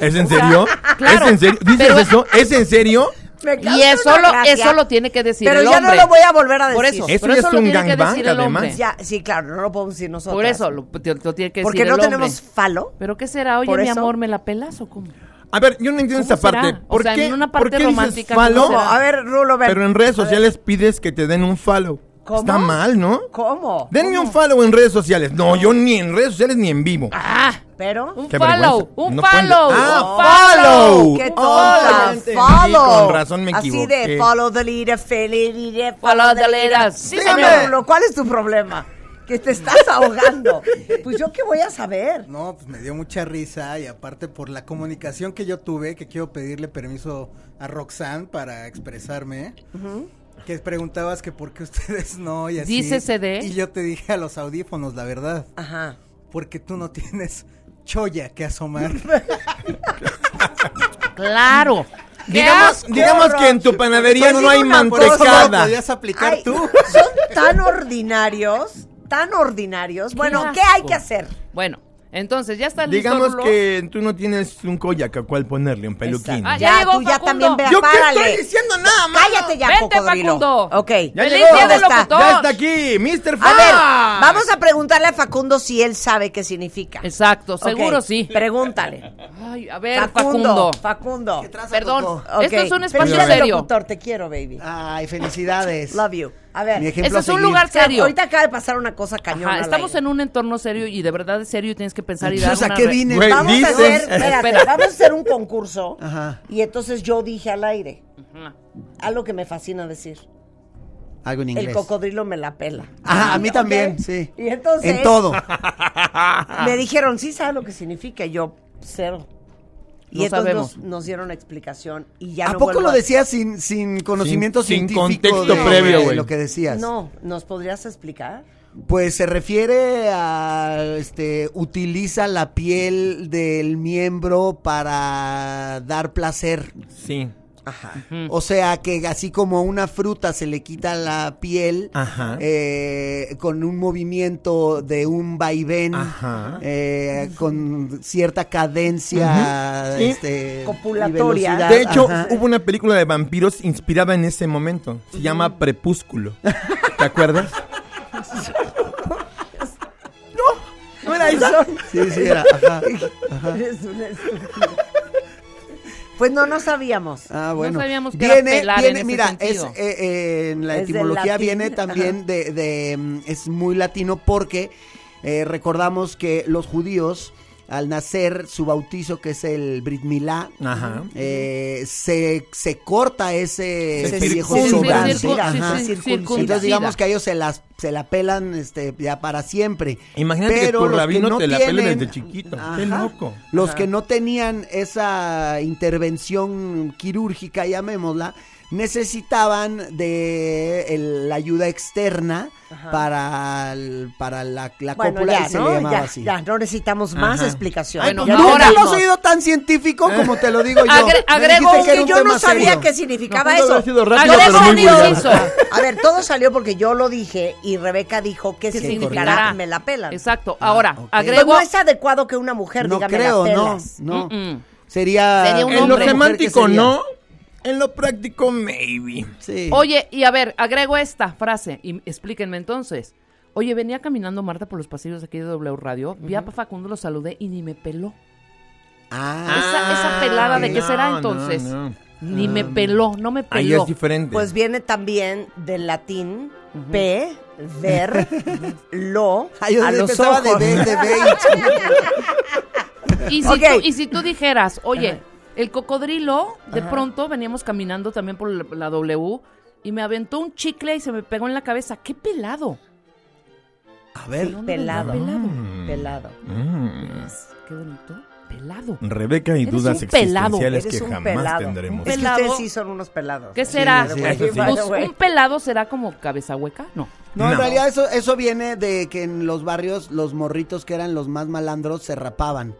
[SPEAKER 7] ¿Es en serio?
[SPEAKER 4] claro,
[SPEAKER 7] ¿Es en serio? ¿Dices
[SPEAKER 4] pero-
[SPEAKER 7] eso? ¿Es en serio?
[SPEAKER 1] Me causa
[SPEAKER 4] Y eso
[SPEAKER 1] una
[SPEAKER 4] lo,
[SPEAKER 1] gracia,
[SPEAKER 4] eso lo tiene que decir
[SPEAKER 1] Pero
[SPEAKER 4] el
[SPEAKER 1] ya no
[SPEAKER 4] hombre.
[SPEAKER 1] lo voy a volver a decir.
[SPEAKER 4] Por eso.
[SPEAKER 7] Eso
[SPEAKER 4] pero
[SPEAKER 7] ya
[SPEAKER 4] eso
[SPEAKER 7] es
[SPEAKER 4] lo
[SPEAKER 7] un
[SPEAKER 4] tiene que
[SPEAKER 7] gangbang,
[SPEAKER 4] decir el hombre.
[SPEAKER 7] además.
[SPEAKER 1] Ya, sí, claro, no lo podemos decir nosotros.
[SPEAKER 4] Por eso lo, te- lo tiene que decir
[SPEAKER 1] Porque
[SPEAKER 4] el
[SPEAKER 1] no
[SPEAKER 4] hombre.
[SPEAKER 1] tenemos falo.
[SPEAKER 4] ¿Pero qué será? Oye,
[SPEAKER 1] Por
[SPEAKER 4] mi
[SPEAKER 1] eso-
[SPEAKER 4] amor, ¿me la pelas o cómo?
[SPEAKER 7] A ver, yo no entiendo
[SPEAKER 4] ¿Cómo
[SPEAKER 7] esta parte.
[SPEAKER 4] será? O
[SPEAKER 7] ¿Por
[SPEAKER 4] sea,
[SPEAKER 7] qué,
[SPEAKER 4] en una
[SPEAKER 7] por
[SPEAKER 4] parte
[SPEAKER 7] qué dices
[SPEAKER 4] romántica, ¿cómo
[SPEAKER 7] follow?
[SPEAKER 1] ¿Cómo?
[SPEAKER 4] será?
[SPEAKER 1] A ver, Rulo, ven.
[SPEAKER 7] Pero en redes sociales pides que te den un follow.
[SPEAKER 1] ¿Cómo?
[SPEAKER 7] Está mal, ¿no?
[SPEAKER 1] ¿Cómo?
[SPEAKER 7] Denme un follow en redes sociales. No, yo ni en redes sociales ni en vivo.
[SPEAKER 4] ¡Ah!
[SPEAKER 1] Pero.
[SPEAKER 4] Un
[SPEAKER 7] Qué
[SPEAKER 4] follow,
[SPEAKER 7] vergüenza.
[SPEAKER 4] un
[SPEAKER 7] No pueden-
[SPEAKER 4] follow,
[SPEAKER 7] Ah,
[SPEAKER 4] un
[SPEAKER 7] follow.
[SPEAKER 1] ¡Qué
[SPEAKER 7] Oh,
[SPEAKER 1] tonta!
[SPEAKER 7] ya entendí,
[SPEAKER 1] ¡Follow!
[SPEAKER 7] con razón me
[SPEAKER 1] Así de
[SPEAKER 7] equivoqué.
[SPEAKER 1] follow the leader, follow the leader,
[SPEAKER 4] Follow the leader. Sí,
[SPEAKER 1] Dígame,
[SPEAKER 4] señor.
[SPEAKER 1] Rulo, ¿cuál es tu problema? Que te estás ahogando. Pues yo qué voy a saber.
[SPEAKER 8] No, pues me dio mucha risa y aparte por la comunicación que yo tuve, que quiero pedirle permiso a Roxanne para expresarme, que preguntabas que por qué ustedes no y así.
[SPEAKER 4] Dícese de-
[SPEAKER 8] Y yo te dije a los audífonos, la verdad,
[SPEAKER 1] Ajá.
[SPEAKER 8] porque tú no tienes choya que asomar.
[SPEAKER 4] Claro. ¡Qué
[SPEAKER 7] Digamos,
[SPEAKER 4] asco!
[SPEAKER 7] digamos que en tu panadería no hay mantecada.
[SPEAKER 8] podías aplicar
[SPEAKER 1] Ay,
[SPEAKER 8] tú.
[SPEAKER 1] Son tan ordinarios, tan ordinarios. Bueno, ¿qué hay
[SPEAKER 4] asco.
[SPEAKER 1] que hacer?
[SPEAKER 4] Bueno, entonces ya está listo.
[SPEAKER 7] Digamos
[SPEAKER 4] Rulo?
[SPEAKER 7] que tú no tienes un koyak a cual ponerle, un peluquín.
[SPEAKER 4] Exacto. Ah,
[SPEAKER 1] Ya,
[SPEAKER 4] ya llegó
[SPEAKER 1] tú ya
[SPEAKER 4] Facundo.
[SPEAKER 1] también vea,
[SPEAKER 7] ¿Yo qué
[SPEAKER 1] párale.
[SPEAKER 7] estoy diciendo nada más?
[SPEAKER 1] Cállate ya,
[SPEAKER 4] Vente,
[SPEAKER 1] cocodrilo.
[SPEAKER 4] Facundo.
[SPEAKER 1] Ok.
[SPEAKER 7] Ya
[SPEAKER 4] ¡Feliz
[SPEAKER 7] llegó.
[SPEAKER 4] día del
[SPEAKER 1] ¿Dónde está?
[SPEAKER 4] locutor!
[SPEAKER 7] Ya está aquí, Mr.
[SPEAKER 1] A
[SPEAKER 7] Fox.
[SPEAKER 1] ver, vamos a preguntarle a Facundo si él sabe qué significa.
[SPEAKER 4] Exacto, seguro
[SPEAKER 1] Ok,
[SPEAKER 4] sí.
[SPEAKER 1] Pregúntale.
[SPEAKER 4] Ay, a ver, Facundo.
[SPEAKER 1] Facundo.
[SPEAKER 4] Perdón,
[SPEAKER 1] Ok,
[SPEAKER 4] esto es un espacio
[SPEAKER 1] felicidades,
[SPEAKER 4] serio.
[SPEAKER 1] locutor, te quiero, baby.
[SPEAKER 8] Ay, felicidades.
[SPEAKER 1] Love you. A ver.
[SPEAKER 8] Mi
[SPEAKER 1] o
[SPEAKER 8] ejemplo
[SPEAKER 4] Este
[SPEAKER 8] a
[SPEAKER 4] es un
[SPEAKER 8] seguir.
[SPEAKER 4] lugar
[SPEAKER 1] sea,
[SPEAKER 4] serio.
[SPEAKER 1] Ahorita acaba de pasar una cosa cañona.
[SPEAKER 4] Ajá,
[SPEAKER 1] al
[SPEAKER 4] estamos
[SPEAKER 1] aire.
[SPEAKER 4] en un entorno serio y de verdad de serio tienes que pensar y dar
[SPEAKER 8] O sea,
[SPEAKER 4] una
[SPEAKER 8] ¿qué
[SPEAKER 4] re-
[SPEAKER 8] vine?
[SPEAKER 7] Güey,
[SPEAKER 1] Vamos a
[SPEAKER 7] dices- eh,
[SPEAKER 1] hacer, espérate,
[SPEAKER 4] Espera.
[SPEAKER 1] vamos a hacer un concurso.
[SPEAKER 8] Ajá.
[SPEAKER 1] Y entonces yo dije al aire
[SPEAKER 4] Ajá.
[SPEAKER 1] algo que me fascina decir.
[SPEAKER 8] Algo en inglés.
[SPEAKER 1] El cocodrilo me la pela.
[SPEAKER 8] Ajá, a mí
[SPEAKER 1] Ok.
[SPEAKER 8] también, sí.
[SPEAKER 1] Y entonces
[SPEAKER 8] En todo.
[SPEAKER 1] me dijeron, sí sabe lo que significa. Y yo, cero. Y
[SPEAKER 4] No
[SPEAKER 1] entonces nos,
[SPEAKER 4] sabemos.
[SPEAKER 1] nos dieron la explicación y ya
[SPEAKER 8] ¿A
[SPEAKER 1] no
[SPEAKER 8] poco
[SPEAKER 1] vuelvo
[SPEAKER 8] lo
[SPEAKER 1] a-
[SPEAKER 8] decías sin, sin conocimiento
[SPEAKER 7] Sin- sin
[SPEAKER 8] científico?
[SPEAKER 7] contexto
[SPEAKER 8] de-
[SPEAKER 7] previo,
[SPEAKER 8] de
[SPEAKER 7] güey.
[SPEAKER 8] Lo que decías.
[SPEAKER 1] No, ¿nos podrías explicar?
[SPEAKER 8] Pues se
[SPEAKER 9] Eh,
[SPEAKER 8] refiere a, este, utiliza la piel del miembro para dar placer.
[SPEAKER 7] Sí.
[SPEAKER 1] Ajá.
[SPEAKER 8] O sea que así como una fruta se le quita la piel
[SPEAKER 7] Ajá.
[SPEAKER 8] eh, con un movimiento de un vaivén,
[SPEAKER 7] Ajá.
[SPEAKER 8] eh, con cierta cadencia
[SPEAKER 7] Ujú. Sí.
[SPEAKER 8] este, y
[SPEAKER 1] Copulatoria.
[SPEAKER 8] velocidad,
[SPEAKER 7] De hecho,
[SPEAKER 8] ajá.
[SPEAKER 7] hubo una película de vampiros inspirada en ese momento. Se llama Prepúsculo. ¿Te acuerdas? no, no era esa.
[SPEAKER 8] Sí, sí, era, ajá.
[SPEAKER 1] Eres una estúpida. Pues no, no sabíamos.
[SPEAKER 8] Ah, bueno.
[SPEAKER 4] sabíamos que era
[SPEAKER 8] viene,
[SPEAKER 4] pelar en
[SPEAKER 8] viene,
[SPEAKER 4] ese
[SPEAKER 8] mira, es,
[SPEAKER 4] sentido.
[SPEAKER 8] eh, eh, en la
[SPEAKER 1] Es del
[SPEAKER 8] etimología
[SPEAKER 1] latín,
[SPEAKER 8] viene también de, de, mm, es muy latino porque eh, recordamos que los judíos al nacer su bautizo que es el Brit Milá,
[SPEAKER 7] Ajá.
[SPEAKER 8] eh, se, se corta ese,
[SPEAKER 7] Se
[SPEAKER 8] ese viejo
[SPEAKER 7] circuncida.
[SPEAKER 8] sobrante.
[SPEAKER 4] Pues Sí, sí,
[SPEAKER 1] Circuncida,
[SPEAKER 8] Ajá.
[SPEAKER 4] sí, sí,
[SPEAKER 1] circuncida.
[SPEAKER 4] circuncida.
[SPEAKER 8] Entonces digamos que a ellos se las se la pelan este ya para siempre.
[SPEAKER 7] Imagínate que tu
[SPEAKER 8] los
[SPEAKER 7] rabino
[SPEAKER 8] no
[SPEAKER 7] te la pele
[SPEAKER 8] tienen-
[SPEAKER 7] desde chiquito.
[SPEAKER 8] Ajá.
[SPEAKER 7] Qué loco.
[SPEAKER 8] Los que no tenían esa intervención quirúrgica, llamémosla, necesitaban de el- la ayuda externa para, el- para la, la
[SPEAKER 1] Bueno, ya,
[SPEAKER 8] cópula y se
[SPEAKER 1] ¿no?
[SPEAKER 8] le llamaba
[SPEAKER 1] ya,
[SPEAKER 8] así.
[SPEAKER 1] ya, no necesitamos más
[SPEAKER 7] Ajá.
[SPEAKER 1] explicación.
[SPEAKER 4] Bueno,
[SPEAKER 1] Ya
[SPEAKER 4] no,
[SPEAKER 8] Nunca
[SPEAKER 4] ahora-
[SPEAKER 8] lo
[SPEAKER 1] tenemos.
[SPEAKER 8] has oído tan científico como te lo digo yo.
[SPEAKER 4] Agre-
[SPEAKER 8] Me
[SPEAKER 4] agrego
[SPEAKER 8] dijiste
[SPEAKER 1] Es
[SPEAKER 8] que era
[SPEAKER 1] que
[SPEAKER 8] un
[SPEAKER 1] yo no
[SPEAKER 8] tema
[SPEAKER 1] sabía
[SPEAKER 8] serio.
[SPEAKER 1] qué significaba
[SPEAKER 7] Facundo
[SPEAKER 1] eso.
[SPEAKER 7] habrá sido rápido,
[SPEAKER 4] Agrego
[SPEAKER 7] pero muy
[SPEAKER 4] un
[SPEAKER 7] vulgar.
[SPEAKER 4] inciso.
[SPEAKER 1] A ver, todo salió porque yo lo dije y Rebeca dijo que
[SPEAKER 4] ¿Qué
[SPEAKER 1] significará
[SPEAKER 4] significará?
[SPEAKER 1] me la pelan.
[SPEAKER 4] Exacto. Ahora,
[SPEAKER 8] ok.
[SPEAKER 1] Pues
[SPEAKER 4] agrego...
[SPEAKER 1] no es adecuado que una mujer
[SPEAKER 8] No
[SPEAKER 1] diga
[SPEAKER 8] creo,
[SPEAKER 1] me la
[SPEAKER 8] no,
[SPEAKER 1] pelas.
[SPEAKER 8] no.
[SPEAKER 10] Mm,
[SPEAKER 4] Mm-mm.
[SPEAKER 8] Sería,
[SPEAKER 4] Sería un
[SPEAKER 7] En lo
[SPEAKER 4] hombre.
[SPEAKER 7] semántico,
[SPEAKER 8] Mujer que sería.
[SPEAKER 7] no. En lo práctico, maybe.
[SPEAKER 8] Sí.
[SPEAKER 4] Oye, y a ver, agrego esta frase y explíquenme entonces. Oye, venía caminando Marta por los pasillos aquí de W Radio, vi a Facundo, lo saludé y ni me peló.
[SPEAKER 7] Ah.
[SPEAKER 4] Esa- esa pelada de
[SPEAKER 7] ok.
[SPEAKER 4] que
[SPEAKER 3] No,
[SPEAKER 4] será
[SPEAKER 3] no,
[SPEAKER 4] entonces?
[SPEAKER 3] no.
[SPEAKER 4] Ni me peló, no me
[SPEAKER 3] Ahí
[SPEAKER 4] peló.
[SPEAKER 3] es diferente.
[SPEAKER 1] Pues viene también del latín pe, ver, lo,
[SPEAKER 7] Ay, yo
[SPEAKER 1] a los
[SPEAKER 7] pensaba
[SPEAKER 1] ojos.
[SPEAKER 7] de ve- de ve-
[SPEAKER 4] Y si,
[SPEAKER 1] Ok.
[SPEAKER 4] tú, y si tú dijeras, oye, el cocodrilo, de pronto veníamos caminando también por la- la W y me aventó un chicle y se me pegó en la cabeza. ¡Qué pelado!
[SPEAKER 7] A ver,
[SPEAKER 1] pelado,
[SPEAKER 4] Pelado.
[SPEAKER 1] pelado.
[SPEAKER 3] Mm.
[SPEAKER 4] Pues, Qué bonito. Pelado.
[SPEAKER 3] Rebeca y
[SPEAKER 4] Eres
[SPEAKER 3] dudas
[SPEAKER 4] un pelado,
[SPEAKER 3] existenciales
[SPEAKER 1] Eres
[SPEAKER 3] que
[SPEAKER 1] un
[SPEAKER 3] jamás
[SPEAKER 1] pelado.
[SPEAKER 3] tendremos.
[SPEAKER 1] Es que
[SPEAKER 4] Pelado.
[SPEAKER 1] ustedes sí son unos pelados.
[SPEAKER 4] ¿Qué será?
[SPEAKER 7] sí,
[SPEAKER 1] eso sí.
[SPEAKER 4] Pues,
[SPEAKER 1] Güey.
[SPEAKER 4] ¿Un pelado será como cabeza hueca? No.
[SPEAKER 7] No, en
[SPEAKER 3] No.
[SPEAKER 7] realidad eso, eso viene de que en los barrios los morritos que eran los más malandros se rapaban.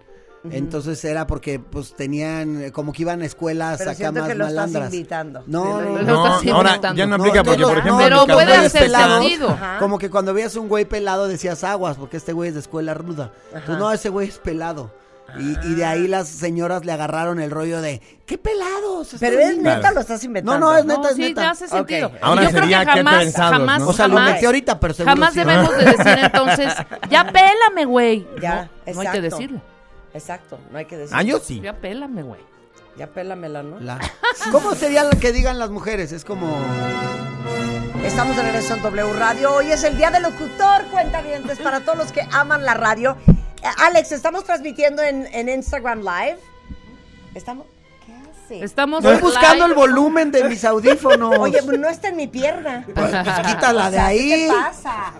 [SPEAKER 7] Entonces era porque pues tenían, eh, como que iban a escuelas
[SPEAKER 1] Pero
[SPEAKER 7] acá
[SPEAKER 1] siento
[SPEAKER 7] más
[SPEAKER 1] que lo estás
[SPEAKER 7] malandras.
[SPEAKER 1] invitando.
[SPEAKER 7] No,
[SPEAKER 1] Sí,
[SPEAKER 4] lo-
[SPEAKER 7] no, no.
[SPEAKER 4] lo
[SPEAKER 3] No,
[SPEAKER 4] estás
[SPEAKER 3] ahora
[SPEAKER 4] inventando.
[SPEAKER 3] ya no
[SPEAKER 7] No,
[SPEAKER 3] aplica porque,
[SPEAKER 7] entonces
[SPEAKER 3] por
[SPEAKER 7] los-
[SPEAKER 3] ejemplo,
[SPEAKER 7] no,
[SPEAKER 3] en
[SPEAKER 4] Pero
[SPEAKER 7] los
[SPEAKER 3] Cancún
[SPEAKER 4] puede
[SPEAKER 7] cabrones
[SPEAKER 3] eres
[SPEAKER 4] hacer
[SPEAKER 3] pelado.
[SPEAKER 4] sentido.
[SPEAKER 1] Ajá.
[SPEAKER 7] Como que cuando veías un güey pelado decías aguas, porque este güey es de escuela ruda. Entonces, no, ese güey es pelado. Y, y de
[SPEAKER 4] Ah.
[SPEAKER 7] ahí las señoras le agarraron el rollo de ¿qué pelados?
[SPEAKER 1] Pero
[SPEAKER 7] Están
[SPEAKER 1] es
[SPEAKER 7] bien".
[SPEAKER 1] neta,
[SPEAKER 3] Claro.
[SPEAKER 1] lo estás inventando.
[SPEAKER 7] No, no, es
[SPEAKER 4] No,
[SPEAKER 7] neta, es
[SPEAKER 4] sí,
[SPEAKER 7] neta.
[SPEAKER 4] te hace sentido.
[SPEAKER 1] Ok.
[SPEAKER 3] Ahora
[SPEAKER 4] Yo
[SPEAKER 3] sería
[SPEAKER 4] creo que
[SPEAKER 3] qué
[SPEAKER 4] jamás,
[SPEAKER 3] pensados,
[SPEAKER 4] jamás,
[SPEAKER 3] ¿no?
[SPEAKER 7] O sea, lo
[SPEAKER 4] jamás-
[SPEAKER 7] metí ahorita, pero seguro
[SPEAKER 4] jamás
[SPEAKER 7] sí.
[SPEAKER 4] debemos de decir entonces, ya pélame, güey.
[SPEAKER 1] Ya,
[SPEAKER 4] no, no hay que
[SPEAKER 1] exacto.
[SPEAKER 4] decirlo.
[SPEAKER 1] Exacto, no hay que decir.
[SPEAKER 3] Ah, yo sí.
[SPEAKER 4] Ya pélame, güey.
[SPEAKER 1] Ya pélamela, ¿no?
[SPEAKER 7] La- ¿Cómo sería lo que digan las mujeres? Es como
[SPEAKER 1] Estamos de regreso en W Radio. Hoy es el día del locutor, cuentavientes, para todos los que aman la radio. Eh, Alex, estamos transmitiendo en, en Instagram Live. ¿Estamos? ¿Qué hace?
[SPEAKER 4] Estamos
[SPEAKER 7] Estoy buscando el
[SPEAKER 4] live.
[SPEAKER 7] volumen de mis audífonos.
[SPEAKER 1] Oye, pues no está en mi pierna.
[SPEAKER 7] Pues, quítala de
[SPEAKER 1] ¿Qué
[SPEAKER 7] ahí.
[SPEAKER 1] pasa?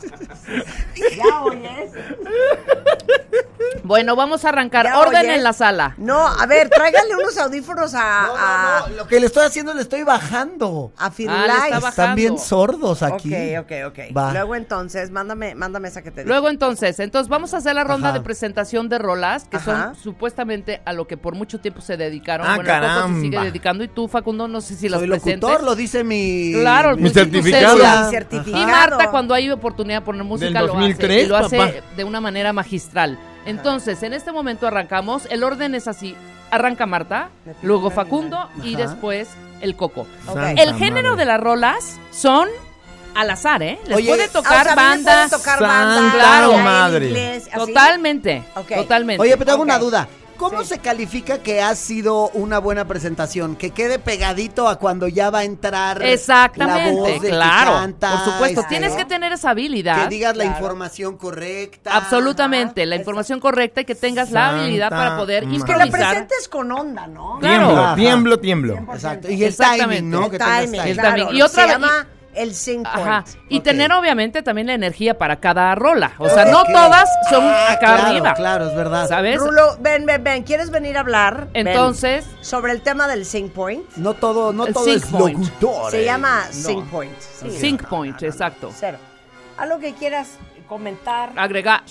[SPEAKER 1] ¿Ya oyes?
[SPEAKER 4] Bueno, vamos a arrancar.
[SPEAKER 1] ¿Ya
[SPEAKER 4] Orden
[SPEAKER 1] oyes?
[SPEAKER 4] en la sala.
[SPEAKER 1] No, a ver, tráigale unos audífonos a,
[SPEAKER 7] No,
[SPEAKER 1] a,
[SPEAKER 7] no, no, Lo que le estoy haciendo le estoy bajando.
[SPEAKER 1] a
[SPEAKER 4] Ah, le
[SPEAKER 1] Firulais.
[SPEAKER 4] está
[SPEAKER 7] Están
[SPEAKER 4] bajando.
[SPEAKER 7] bien sordos aquí.
[SPEAKER 1] Ok, ok, ok.
[SPEAKER 7] Va.
[SPEAKER 1] Luego entonces, mándame, mándame esa que te digo.
[SPEAKER 4] Luego entonces, entonces vamos a hacer la ronda
[SPEAKER 7] Ajá.
[SPEAKER 4] de presentación de rolas, que
[SPEAKER 1] Ajá.
[SPEAKER 4] son supuestamente a lo que por mucho tiempo se dedicaron.
[SPEAKER 3] Ah,
[SPEAKER 4] bueno, el Coco se sigue
[SPEAKER 3] caramba.
[SPEAKER 4] dedicando y tú, Facundo, no sé si las
[SPEAKER 7] Soy
[SPEAKER 4] presentes.
[SPEAKER 7] locutor, lo dice mi.
[SPEAKER 4] Claro,
[SPEAKER 3] Mi
[SPEAKER 4] tú tienes tu
[SPEAKER 3] certificado.
[SPEAKER 4] cédula.
[SPEAKER 1] Certificado.
[SPEAKER 4] Y Marta, cuando hay oportunidad de poner música,
[SPEAKER 3] Del
[SPEAKER 4] lo hace.
[SPEAKER 3] 2003,
[SPEAKER 4] Y lo hace
[SPEAKER 3] papá.
[SPEAKER 4] de una manera magistral. Entonces, en este momento arrancamos. El orden es así: arranca Marta,
[SPEAKER 1] Me pico
[SPEAKER 4] luego
[SPEAKER 1] el animal.
[SPEAKER 4] Facundo y
[SPEAKER 7] Ajá.
[SPEAKER 4] después el Coco.
[SPEAKER 1] Ok.
[SPEAKER 3] Santa
[SPEAKER 4] El género
[SPEAKER 3] madre.
[SPEAKER 4] de las rolas son al azar, ¿eh? Les
[SPEAKER 7] Oye,
[SPEAKER 4] puede
[SPEAKER 1] Ah, o sea, a
[SPEAKER 4] tocar
[SPEAKER 1] mí me pueden
[SPEAKER 4] bandas.
[SPEAKER 1] tocar
[SPEAKER 3] Santa
[SPEAKER 1] bandas,
[SPEAKER 4] Claro.
[SPEAKER 1] en
[SPEAKER 3] madre.
[SPEAKER 1] inglés, así.
[SPEAKER 4] Totalmente.
[SPEAKER 1] Ok.
[SPEAKER 4] Totalmente.
[SPEAKER 7] Oye, pero tengo una
[SPEAKER 1] Ok.
[SPEAKER 7] duda. ¿Cómo
[SPEAKER 1] Sí.
[SPEAKER 7] se califica que ha sido una buena presentación? Que quede pegadito a cuando ya va a entrar
[SPEAKER 4] Exactamente,
[SPEAKER 7] la voz del que
[SPEAKER 4] claro.
[SPEAKER 7] canta,
[SPEAKER 4] por supuesto,
[SPEAKER 7] este,
[SPEAKER 4] tienes que tener esa habilidad.
[SPEAKER 7] que digas la
[SPEAKER 1] Claro.
[SPEAKER 7] información correcta.
[SPEAKER 4] absolutamente, la
[SPEAKER 1] Ajá,
[SPEAKER 4] información correcta y que tengas la
[SPEAKER 3] Santa
[SPEAKER 4] habilidad para poder
[SPEAKER 3] madre.
[SPEAKER 1] Que lo
[SPEAKER 4] improvisar.
[SPEAKER 1] presentes con onda, ¿no?
[SPEAKER 4] Claro.
[SPEAKER 7] Ajá.
[SPEAKER 3] Tiemblo, tiemblo, tiemblo.
[SPEAKER 7] Exacto. Y el
[SPEAKER 4] Exactamente.
[SPEAKER 7] timing, ¿no?
[SPEAKER 1] El
[SPEAKER 7] Que tengas
[SPEAKER 1] timing,
[SPEAKER 4] El
[SPEAKER 7] timing.
[SPEAKER 1] claro,
[SPEAKER 4] timing. Y
[SPEAKER 1] lo que
[SPEAKER 4] otra
[SPEAKER 1] se
[SPEAKER 4] vez-
[SPEAKER 1] llama el sync
[SPEAKER 4] Ajá.
[SPEAKER 1] point.
[SPEAKER 4] Y
[SPEAKER 7] Ok.
[SPEAKER 4] tener obviamente también la energía para cada rola. O sea, no
[SPEAKER 7] Ok.
[SPEAKER 4] todas son
[SPEAKER 7] Ah,
[SPEAKER 4] acá
[SPEAKER 7] claro,
[SPEAKER 4] arriba.
[SPEAKER 7] Claro, es verdad.
[SPEAKER 4] ¿Sabes?
[SPEAKER 1] Rulo, ven, ven, ven. ¿Quieres venir a hablar? Ven.
[SPEAKER 4] Entonces,
[SPEAKER 1] Sobre el tema del sync point.
[SPEAKER 7] No todo, no
[SPEAKER 4] El
[SPEAKER 7] todo
[SPEAKER 4] sync
[SPEAKER 7] es
[SPEAKER 4] point.
[SPEAKER 7] locutor.
[SPEAKER 1] Se
[SPEAKER 7] eh.
[SPEAKER 1] llama
[SPEAKER 7] No.
[SPEAKER 1] sync point. Sí.
[SPEAKER 4] sync point, exacto. Ah.
[SPEAKER 1] Cero. Algo que quieras comentar
[SPEAKER 4] Agregar.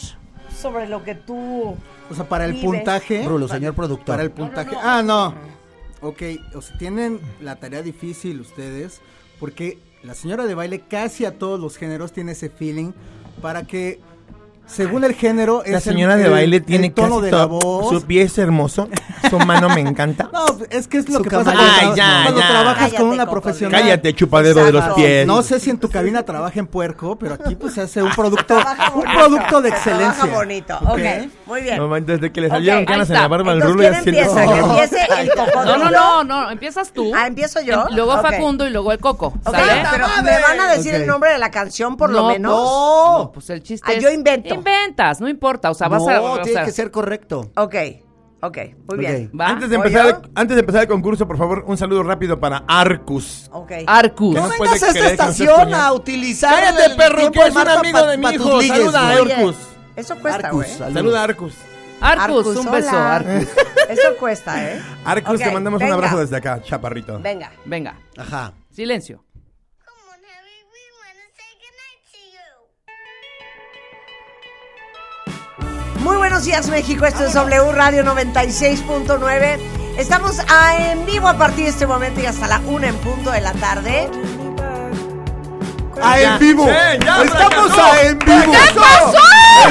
[SPEAKER 1] sobre lo que tú...
[SPEAKER 8] O sea, para el
[SPEAKER 1] Vives.
[SPEAKER 8] puntaje.
[SPEAKER 7] Rulo, señor productor.
[SPEAKER 8] Para el puntaje. Ah, no. Ok, o sea, tienen la tarea difícil ustedes, porque la señora de baile casi a todos los géneros tiene ese feeling para que, según el género,
[SPEAKER 3] La
[SPEAKER 8] es el-
[SPEAKER 3] señora de
[SPEAKER 8] el-
[SPEAKER 3] baile
[SPEAKER 8] el
[SPEAKER 3] tiene
[SPEAKER 8] tono
[SPEAKER 3] casi
[SPEAKER 8] de la
[SPEAKER 3] todo.
[SPEAKER 8] voz.
[SPEAKER 3] Su pie es hermoso. Su mano me encanta.
[SPEAKER 8] No, es que es lo
[SPEAKER 7] Su
[SPEAKER 8] que pasa
[SPEAKER 7] camarada.
[SPEAKER 8] cuando,
[SPEAKER 3] Ay, ya,
[SPEAKER 8] cuando
[SPEAKER 3] ya.
[SPEAKER 8] trabajas
[SPEAKER 1] Cállate,
[SPEAKER 8] con una
[SPEAKER 1] Coco,
[SPEAKER 8] profesional.
[SPEAKER 3] Cállate, chupadero de los
[SPEAKER 1] Exacto.
[SPEAKER 3] pies.
[SPEAKER 8] No sé si en tu cabina trabaja en puerco, pero aquí pues se hace un producto,
[SPEAKER 1] Trabaja
[SPEAKER 8] un
[SPEAKER 1] bonito,
[SPEAKER 8] producto de
[SPEAKER 1] se
[SPEAKER 8] excelencia.
[SPEAKER 1] Trabaja bonito. Ok, muy bien.
[SPEAKER 3] No, man, desde que le
[SPEAKER 1] Ok,
[SPEAKER 3] salieron
[SPEAKER 1] ahí
[SPEAKER 3] canas en
[SPEAKER 4] está.
[SPEAKER 3] la barba al
[SPEAKER 1] Entonces,
[SPEAKER 3] rulo y
[SPEAKER 1] ¿quién
[SPEAKER 3] así le-
[SPEAKER 1] empieza? Que empiece el cocodrilo.
[SPEAKER 4] No, no, no, no, empiezas tú.
[SPEAKER 1] Ah, ¿empiezo yo?
[SPEAKER 4] Em- Luego
[SPEAKER 1] Ok.
[SPEAKER 4] Facundo y luego el Coco,
[SPEAKER 1] Ok,
[SPEAKER 4] ¿sale?
[SPEAKER 1] pero me van a decir el nombre de la canción por lo
[SPEAKER 4] No,
[SPEAKER 1] menos.
[SPEAKER 4] No, pues el chiste
[SPEAKER 1] Ah,
[SPEAKER 4] es-
[SPEAKER 1] yo invento.
[SPEAKER 4] Inventas, no importa,
[SPEAKER 3] Ah,
[SPEAKER 4] o sea, vas
[SPEAKER 7] no,
[SPEAKER 4] a... o
[SPEAKER 7] tiene
[SPEAKER 4] sea,
[SPEAKER 7] que ser correcto.
[SPEAKER 1] Ok, ok, muy bien.
[SPEAKER 4] ¿va?
[SPEAKER 3] Antes de,
[SPEAKER 1] ¿Voy
[SPEAKER 3] empezar,
[SPEAKER 1] yo?
[SPEAKER 3] el- antes de empezar el concurso, por favor, un saludo rápido para Arcus.
[SPEAKER 1] Ok.
[SPEAKER 4] Arcus.
[SPEAKER 3] No
[SPEAKER 7] No
[SPEAKER 3] puede
[SPEAKER 7] vengas a esta
[SPEAKER 3] creer que no seas
[SPEAKER 7] estación
[SPEAKER 3] coñac.
[SPEAKER 7] a utilizar
[SPEAKER 3] Cállate,
[SPEAKER 7] el
[SPEAKER 3] perro,
[SPEAKER 7] tiempo
[SPEAKER 3] que es un
[SPEAKER 7] Marta
[SPEAKER 3] amigo
[SPEAKER 7] pa-
[SPEAKER 3] de mi
[SPEAKER 7] pa'
[SPEAKER 3] hijo.
[SPEAKER 7] tus ligues,
[SPEAKER 3] Saluda a
[SPEAKER 7] güey.
[SPEAKER 1] Oye,
[SPEAKER 3] Arcus.
[SPEAKER 1] Eso cuesta, ¿eh?
[SPEAKER 7] Arcus,
[SPEAKER 1] güey.
[SPEAKER 7] saludos.
[SPEAKER 3] Saluda a Arcus.
[SPEAKER 4] Arcus,
[SPEAKER 1] Arcus,
[SPEAKER 4] un beso,
[SPEAKER 1] hola.
[SPEAKER 4] Arcus.
[SPEAKER 1] Eso cuesta, ¿eh?
[SPEAKER 3] Arcus,
[SPEAKER 1] Ok,
[SPEAKER 3] te mandamos
[SPEAKER 1] venga,
[SPEAKER 3] un abrazo desde acá, chaparrito.
[SPEAKER 1] Venga.
[SPEAKER 4] Venga,
[SPEAKER 7] Ajá.
[SPEAKER 4] silencio.
[SPEAKER 11] Come on, Harry, we want to say goodnight to you.
[SPEAKER 1] Muy buenos días, México. Esto es W Radio 96.9. Estamos a- en vivo a partir de este momento y hasta la una en punto de la tarde.
[SPEAKER 7] A en vivo.
[SPEAKER 3] Eh, ya
[SPEAKER 7] Estamos
[SPEAKER 3] fracasó.
[SPEAKER 7] a en vivo.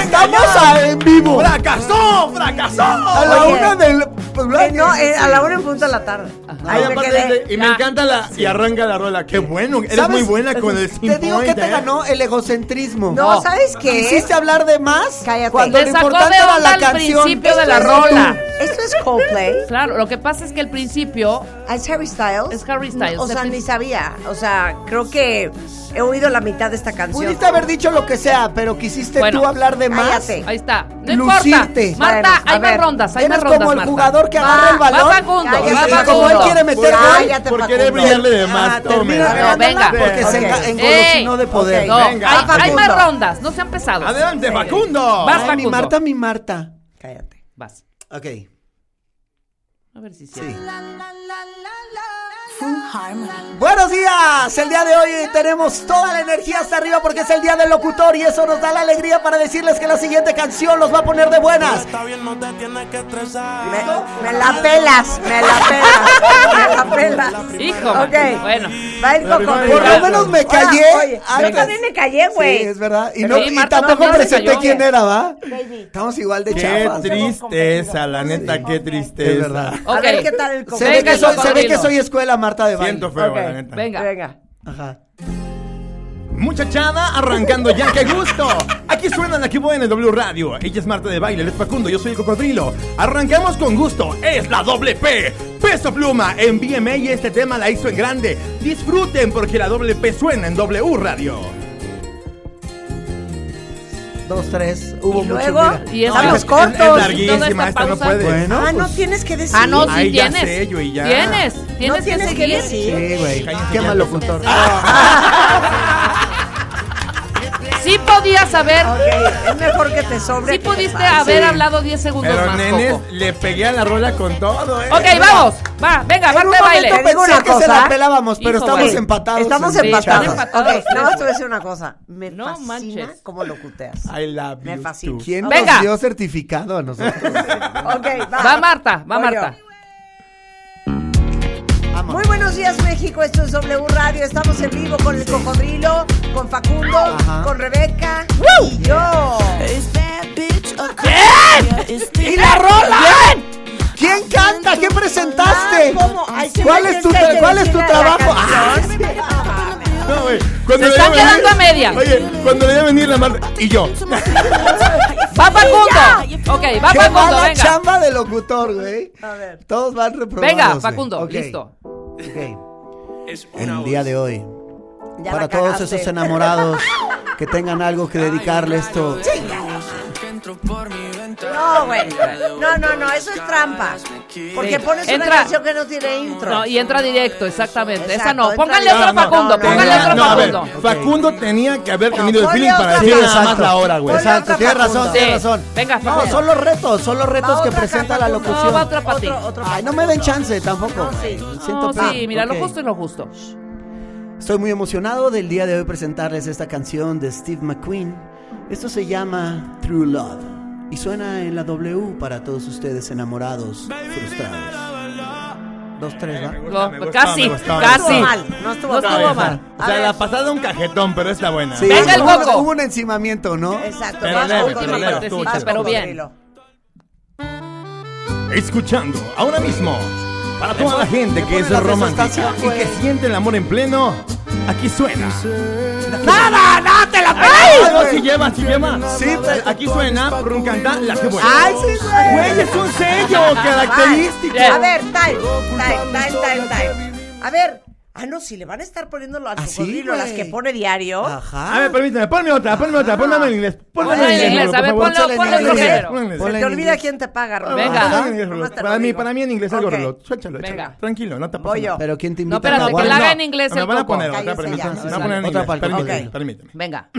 [SPEAKER 7] Estamos a en vivo.
[SPEAKER 3] ¡Fracasó! Pues, ¡Fracasó!
[SPEAKER 7] A la
[SPEAKER 1] Oye.
[SPEAKER 7] una del
[SPEAKER 1] Eh, no, eh, a la hora en punto de la tarde. Ahí
[SPEAKER 7] Ay,
[SPEAKER 1] me
[SPEAKER 7] aparte
[SPEAKER 1] quedé.
[SPEAKER 7] de- y me encanta la. Y arranca la rola. Qué bueno. Eres
[SPEAKER 9] ¿Sabes?
[SPEAKER 7] muy buena con el ¿eh?
[SPEAKER 9] Te digo que te ganó el egocentrismo.
[SPEAKER 1] No, ¿sabes qué?
[SPEAKER 9] Quisiste hablar de más cuando
[SPEAKER 4] Te
[SPEAKER 9] lo
[SPEAKER 4] sacó
[SPEAKER 9] importante
[SPEAKER 4] de
[SPEAKER 9] era
[SPEAKER 4] onda
[SPEAKER 9] la
[SPEAKER 4] al
[SPEAKER 9] canción.
[SPEAKER 4] principio de
[SPEAKER 9] Esto
[SPEAKER 4] la
[SPEAKER 9] es
[SPEAKER 4] rola.
[SPEAKER 1] ¿Esto es Coldplay? Ah,
[SPEAKER 4] Claro, lo que pasa es que al principio...
[SPEAKER 1] ¿Es Harry Styles?
[SPEAKER 4] Es Harry Styles.
[SPEAKER 1] O
[SPEAKER 4] Al
[SPEAKER 1] sea,
[SPEAKER 4] prin-
[SPEAKER 1] ni sabía. O sea, creo que he oído la mitad de esta canción.
[SPEAKER 9] Pudiste haber dicho lo que sea, pero quisiste
[SPEAKER 1] Bueno,
[SPEAKER 9] tú hablar de más.
[SPEAKER 1] cállate.
[SPEAKER 4] Ahí está. No
[SPEAKER 9] Lucirte.
[SPEAKER 4] importa.
[SPEAKER 1] Bueno,
[SPEAKER 4] Marta,
[SPEAKER 1] a
[SPEAKER 4] hay más
[SPEAKER 1] ver.
[SPEAKER 4] rondas, hay más
[SPEAKER 9] Eres
[SPEAKER 4] rondas,
[SPEAKER 9] como el
[SPEAKER 4] Marta.
[SPEAKER 9] jugador que
[SPEAKER 4] Va,
[SPEAKER 9] agarra el balón.
[SPEAKER 4] Va Facundo,
[SPEAKER 1] Cállate,
[SPEAKER 4] va
[SPEAKER 9] Y como él
[SPEAKER 4] Facundo.
[SPEAKER 9] quiere meter gol,
[SPEAKER 1] Cállate,
[SPEAKER 7] Porque quiere
[SPEAKER 1] Facundo.
[SPEAKER 7] brillarle de más.
[SPEAKER 9] ah,
[SPEAKER 7] tome.
[SPEAKER 9] termina
[SPEAKER 4] Pero
[SPEAKER 9] regalándola
[SPEAKER 4] venga.
[SPEAKER 9] porque se
[SPEAKER 1] Ok.
[SPEAKER 9] enga- engolosinó de poder.
[SPEAKER 4] No, hay,
[SPEAKER 7] Venga,
[SPEAKER 4] hay
[SPEAKER 9] Facundo.
[SPEAKER 4] más rondas, no sean pesados.
[SPEAKER 7] Adelante, Facundo.
[SPEAKER 4] Vas,
[SPEAKER 9] Ay, mi
[SPEAKER 4] Facundo.
[SPEAKER 9] Marta, mi Marta.
[SPEAKER 1] Cállate.
[SPEAKER 4] Vas.
[SPEAKER 9] Ok.
[SPEAKER 4] A ver si sí.
[SPEAKER 9] Buenos días, el día de hoy tenemos toda la energía hasta arriba porque es el día del locutor y eso nos da la alegría para decirles que la siguiente canción los va a poner de buenas.
[SPEAKER 1] Me, me la pelas, me la pelas, me la pelas.
[SPEAKER 4] Hijo,
[SPEAKER 1] Ok.
[SPEAKER 4] man. bueno.
[SPEAKER 1] Va a ir con
[SPEAKER 9] Por lo menos me callé.
[SPEAKER 1] Oye,
[SPEAKER 9] antes.
[SPEAKER 1] yo también me callé,
[SPEAKER 9] Sí,
[SPEAKER 1] güey.
[SPEAKER 9] es verdad. Y,
[SPEAKER 4] Pero
[SPEAKER 9] no,
[SPEAKER 4] sí,
[SPEAKER 9] y
[SPEAKER 4] Marta,
[SPEAKER 9] tampoco
[SPEAKER 4] no, no,
[SPEAKER 9] presenté
[SPEAKER 4] cayó.
[SPEAKER 9] quién era, ¿va?
[SPEAKER 1] Baby.
[SPEAKER 9] Estamos igual de
[SPEAKER 7] Qué
[SPEAKER 9] chafas.
[SPEAKER 7] tristeza, la neta, qué tristeza.
[SPEAKER 9] Es verdad.
[SPEAKER 4] Ok.
[SPEAKER 1] A ver qué tal el
[SPEAKER 9] Se ve,
[SPEAKER 4] Venga,
[SPEAKER 9] que soy,
[SPEAKER 4] el
[SPEAKER 9] se ve que
[SPEAKER 4] cocodrilo.
[SPEAKER 9] soy escuela Marta de baile.
[SPEAKER 7] Siento feo,
[SPEAKER 1] Ok.
[SPEAKER 7] la neta.
[SPEAKER 4] Venga.
[SPEAKER 1] Venga.
[SPEAKER 9] Ajá.
[SPEAKER 7] Muchachada, arrancando ya, qué gusto. Aquí suena la que voy en el W Radio. Ella es Marta de Baile, él es Facundo, yo soy el cocodrilo. Arrancamos con gusto, es la doble P. Peso pluma en BMA y este tema la hizo en grande. Disfruten porque la doble P suena en W Radio.
[SPEAKER 9] Dos, tres. Hubo
[SPEAKER 1] Y
[SPEAKER 9] mucho.
[SPEAKER 1] luego,
[SPEAKER 9] mira.
[SPEAKER 4] Y es
[SPEAKER 1] Están
[SPEAKER 4] la-
[SPEAKER 1] los cortos.
[SPEAKER 7] Es, es
[SPEAKER 4] Toda
[SPEAKER 7] larguísima,
[SPEAKER 4] esta
[SPEAKER 7] esta no
[SPEAKER 4] pausa.
[SPEAKER 7] puede.
[SPEAKER 9] Bueno.
[SPEAKER 1] Ah, no
[SPEAKER 9] pues-
[SPEAKER 1] tienes que decir.
[SPEAKER 4] Ah, no, sí
[SPEAKER 7] Ay, ya
[SPEAKER 4] tienes.
[SPEAKER 7] sé, yo y ya.
[SPEAKER 4] Tienes, tienes,
[SPEAKER 1] No tienes que
[SPEAKER 4] seguir.
[SPEAKER 1] decir.
[SPEAKER 9] Sí, güey.
[SPEAKER 7] Cállense
[SPEAKER 9] Qué
[SPEAKER 7] ya.
[SPEAKER 9] mal locutor.
[SPEAKER 4] Sí podías saber,
[SPEAKER 1] Ok, es mejor que te sobre.
[SPEAKER 4] sí
[SPEAKER 1] que te
[SPEAKER 4] pudiste
[SPEAKER 1] pase.
[SPEAKER 4] haber hablado 10 segundos
[SPEAKER 7] Pero
[SPEAKER 4] más.
[SPEAKER 7] nenes,
[SPEAKER 4] Coco.
[SPEAKER 7] le pegué a la rola con todo, eh.
[SPEAKER 4] Ok, vamos. Va, venga,
[SPEAKER 9] En un
[SPEAKER 4] Marta de baile.
[SPEAKER 9] momento
[SPEAKER 1] Te digo
[SPEAKER 9] pensé
[SPEAKER 1] una
[SPEAKER 9] que se
[SPEAKER 1] cosa.
[SPEAKER 9] la pelábamos, pero
[SPEAKER 4] Hijo,
[SPEAKER 9] estamos
[SPEAKER 4] güey.
[SPEAKER 9] empatados.
[SPEAKER 1] Estamos
[SPEAKER 9] en
[SPEAKER 1] empatados.
[SPEAKER 9] lucha.
[SPEAKER 4] están empatados.
[SPEAKER 1] Ok, nada más te voy a decir una cosa. Me
[SPEAKER 4] No
[SPEAKER 1] fascina
[SPEAKER 4] manches.
[SPEAKER 1] cómo locuteas.
[SPEAKER 7] I love
[SPEAKER 1] Me
[SPEAKER 7] you
[SPEAKER 1] fascina.
[SPEAKER 7] too.
[SPEAKER 9] ¿Quién
[SPEAKER 4] Venga.
[SPEAKER 9] nos dio certificado a nosotros?
[SPEAKER 1] Ok,
[SPEAKER 9] pues,
[SPEAKER 1] va.
[SPEAKER 4] Va Marta, va
[SPEAKER 1] Voy
[SPEAKER 4] Marta.
[SPEAKER 1] yo. Muy buenos días, México. Esto es W Radio. Estamos en vivo con el cocodrilo, con Facundo,
[SPEAKER 9] Ajá.
[SPEAKER 1] con Rebeca y yo.
[SPEAKER 9] ¡Y la rola! ¿Quién canta? ¿Qué presentaste?
[SPEAKER 1] Ah, ¿cómo? Ay, sí,
[SPEAKER 9] ¿Cuál
[SPEAKER 1] me
[SPEAKER 9] es tu,
[SPEAKER 1] tienes que
[SPEAKER 9] tra- cuál es tu
[SPEAKER 1] decir la
[SPEAKER 9] trabajo? Ah,
[SPEAKER 1] canción.
[SPEAKER 7] No, güey, cuando
[SPEAKER 4] Se
[SPEAKER 7] le
[SPEAKER 4] están
[SPEAKER 7] iba
[SPEAKER 4] quedando a
[SPEAKER 7] venir-
[SPEAKER 4] media.
[SPEAKER 7] Oye, cuando le iba a venir la Marta. Y yo.
[SPEAKER 4] Va Facundo. Ok, va
[SPEAKER 9] ¡Qué
[SPEAKER 4] Facundo,
[SPEAKER 9] mala
[SPEAKER 4] venga.
[SPEAKER 9] chamba de locutor, güey!
[SPEAKER 1] A ver.
[SPEAKER 9] Todos van reprobados.
[SPEAKER 4] Venga,
[SPEAKER 9] güey.
[SPEAKER 4] Facundo,
[SPEAKER 9] Ok,
[SPEAKER 4] listo.
[SPEAKER 9] ok. El día de hoy,
[SPEAKER 1] Ya
[SPEAKER 9] para
[SPEAKER 1] la
[SPEAKER 9] todos
[SPEAKER 1] cagaste.
[SPEAKER 9] esos enamorados que tengan algo que dedicarle esto.
[SPEAKER 1] No, güey. No, no, no. Eso es trampa. Porque pones una
[SPEAKER 4] Entra.
[SPEAKER 1] canción que no tiene intro.
[SPEAKER 4] No, y entra directo, exactamente.
[SPEAKER 1] Exacto,
[SPEAKER 4] Esa no.
[SPEAKER 1] entra
[SPEAKER 4] Pónganle
[SPEAKER 1] directo. No,
[SPEAKER 4] otro
[SPEAKER 1] no,
[SPEAKER 4] Facundo,
[SPEAKER 1] no,
[SPEAKER 4] pónganle
[SPEAKER 1] no,
[SPEAKER 4] otro
[SPEAKER 7] a ver,
[SPEAKER 4] Facundo.
[SPEAKER 7] Facundo tenía que haber tenido el
[SPEAKER 1] ponle
[SPEAKER 7] feeling para
[SPEAKER 1] otra
[SPEAKER 7] decir
[SPEAKER 1] canción.
[SPEAKER 7] nada más la hora, güey.
[SPEAKER 1] Ponle
[SPEAKER 9] Exacto,
[SPEAKER 1] otra
[SPEAKER 9] tienes
[SPEAKER 1] Facundo.
[SPEAKER 9] razón, tienes
[SPEAKER 4] Sí.
[SPEAKER 9] razón.
[SPEAKER 4] Venga,
[SPEAKER 9] no,
[SPEAKER 4] Facundo.
[SPEAKER 9] son los retos, son los retos
[SPEAKER 1] Va
[SPEAKER 9] que
[SPEAKER 1] otra
[SPEAKER 9] presenta la
[SPEAKER 1] Facundo.
[SPEAKER 9] locución.
[SPEAKER 4] No, va otra para ti.
[SPEAKER 1] Otro, otro
[SPEAKER 9] Ay,
[SPEAKER 1] Facundo.
[SPEAKER 9] no me den chance tampoco.
[SPEAKER 1] No, sí.
[SPEAKER 9] güey.
[SPEAKER 4] No,
[SPEAKER 9] Siento
[SPEAKER 4] sí,
[SPEAKER 9] pena.
[SPEAKER 4] mira,
[SPEAKER 9] Ok.
[SPEAKER 4] lo justo es lo justo.
[SPEAKER 9] Estoy muy emocionado del día de hoy presentarles esta canción de Steve McQueen. Esto se llama True Love y suena en la W para todos ustedes enamorados, frustrados. Dos, tres, ¿va?
[SPEAKER 4] No,
[SPEAKER 7] Me gustó,
[SPEAKER 4] casi,
[SPEAKER 7] me gustó, me
[SPEAKER 4] casi.
[SPEAKER 1] No estuvo mal. Ah, No estuvo,
[SPEAKER 4] No
[SPEAKER 1] mal.
[SPEAKER 4] estuvo
[SPEAKER 7] Está
[SPEAKER 4] mal.
[SPEAKER 7] bien.
[SPEAKER 1] A
[SPEAKER 7] O sea,
[SPEAKER 1] ver.
[SPEAKER 7] la pasada un cajetón, pero está buena.
[SPEAKER 9] Sí,
[SPEAKER 4] Venga el
[SPEAKER 9] hubo-
[SPEAKER 4] coco.
[SPEAKER 9] Hubo un encimamiento, ¿no?
[SPEAKER 1] Exacto.
[SPEAKER 7] Pero
[SPEAKER 1] vas
[SPEAKER 7] leve,
[SPEAKER 1] con
[SPEAKER 7] pero
[SPEAKER 1] Cocodrilo.
[SPEAKER 7] leve, estuvo
[SPEAKER 1] Vas
[SPEAKER 7] chido.
[SPEAKER 1] con
[SPEAKER 4] Pero bien.
[SPEAKER 1] Cocodrilo.
[SPEAKER 7] Escuchando ahora mismo para toda la pues. gente que
[SPEAKER 9] ponen
[SPEAKER 7] es
[SPEAKER 9] las de
[SPEAKER 7] romántica
[SPEAKER 9] Sostacio,
[SPEAKER 7] y que
[SPEAKER 9] güey.
[SPEAKER 7] siente el amor en pleno, aquí suena.
[SPEAKER 4] ¡Nada! ¡No te la
[SPEAKER 7] Ah,
[SPEAKER 4] pelas!
[SPEAKER 7] no, si lleva, si lleva.
[SPEAKER 9] Sí, pero-
[SPEAKER 7] aquí suena, runcanta, la que buena.
[SPEAKER 9] ¡Ay, sí, güey!
[SPEAKER 7] pues, Güey, es un sello característico.
[SPEAKER 1] A ver, time, time, time, time, time. A ver. Ah, no, si le van a estar poniendo las
[SPEAKER 9] ¿Ah, sí,
[SPEAKER 1] cocodrilo,
[SPEAKER 9] güey?
[SPEAKER 1] las que pone diario.
[SPEAKER 9] Ajá.
[SPEAKER 7] A ver, permíteme, ponme otra, ponme otra, ponme en inglés. Ponme
[SPEAKER 4] Ponla en inglés,
[SPEAKER 7] Manolo,
[SPEAKER 4] a ver,
[SPEAKER 7] por favor.
[SPEAKER 4] ponlo-
[SPEAKER 9] ponlo en otro
[SPEAKER 7] inglés,
[SPEAKER 4] género.
[SPEAKER 7] ponlo en inglés.
[SPEAKER 1] Se
[SPEAKER 9] Ponle
[SPEAKER 1] te
[SPEAKER 9] en
[SPEAKER 1] olvida
[SPEAKER 9] inglés.
[SPEAKER 1] quién te paga, Rolo.
[SPEAKER 4] Venga.
[SPEAKER 1] Ajá.
[SPEAKER 7] Ponlo en inglés, Rolo.
[SPEAKER 1] Nomás te lo
[SPEAKER 7] Para mí,
[SPEAKER 1] digo.
[SPEAKER 7] para mí en inglés algo,
[SPEAKER 1] Ok.
[SPEAKER 7] Rolo. Suéltalo,
[SPEAKER 4] Venga.
[SPEAKER 7] échalo. Tranquilo, no te pasa
[SPEAKER 1] Voy yo.
[SPEAKER 7] nada.
[SPEAKER 9] Pero ¿quién te
[SPEAKER 4] No,
[SPEAKER 9] invita?
[SPEAKER 4] espérate, que
[SPEAKER 9] guardia?
[SPEAKER 4] la haga
[SPEAKER 9] No.
[SPEAKER 4] en inglés
[SPEAKER 7] Me
[SPEAKER 4] el
[SPEAKER 7] van a
[SPEAKER 4] coco.
[SPEAKER 7] poner otra,
[SPEAKER 1] Cállense
[SPEAKER 7] permíteme.
[SPEAKER 1] ya.
[SPEAKER 7] Me van a poner en
[SPEAKER 9] Otra
[SPEAKER 7] inglés,
[SPEAKER 9] para el coco.
[SPEAKER 7] permíteme,
[SPEAKER 1] Ok.
[SPEAKER 7] permíteme.
[SPEAKER 4] Venga.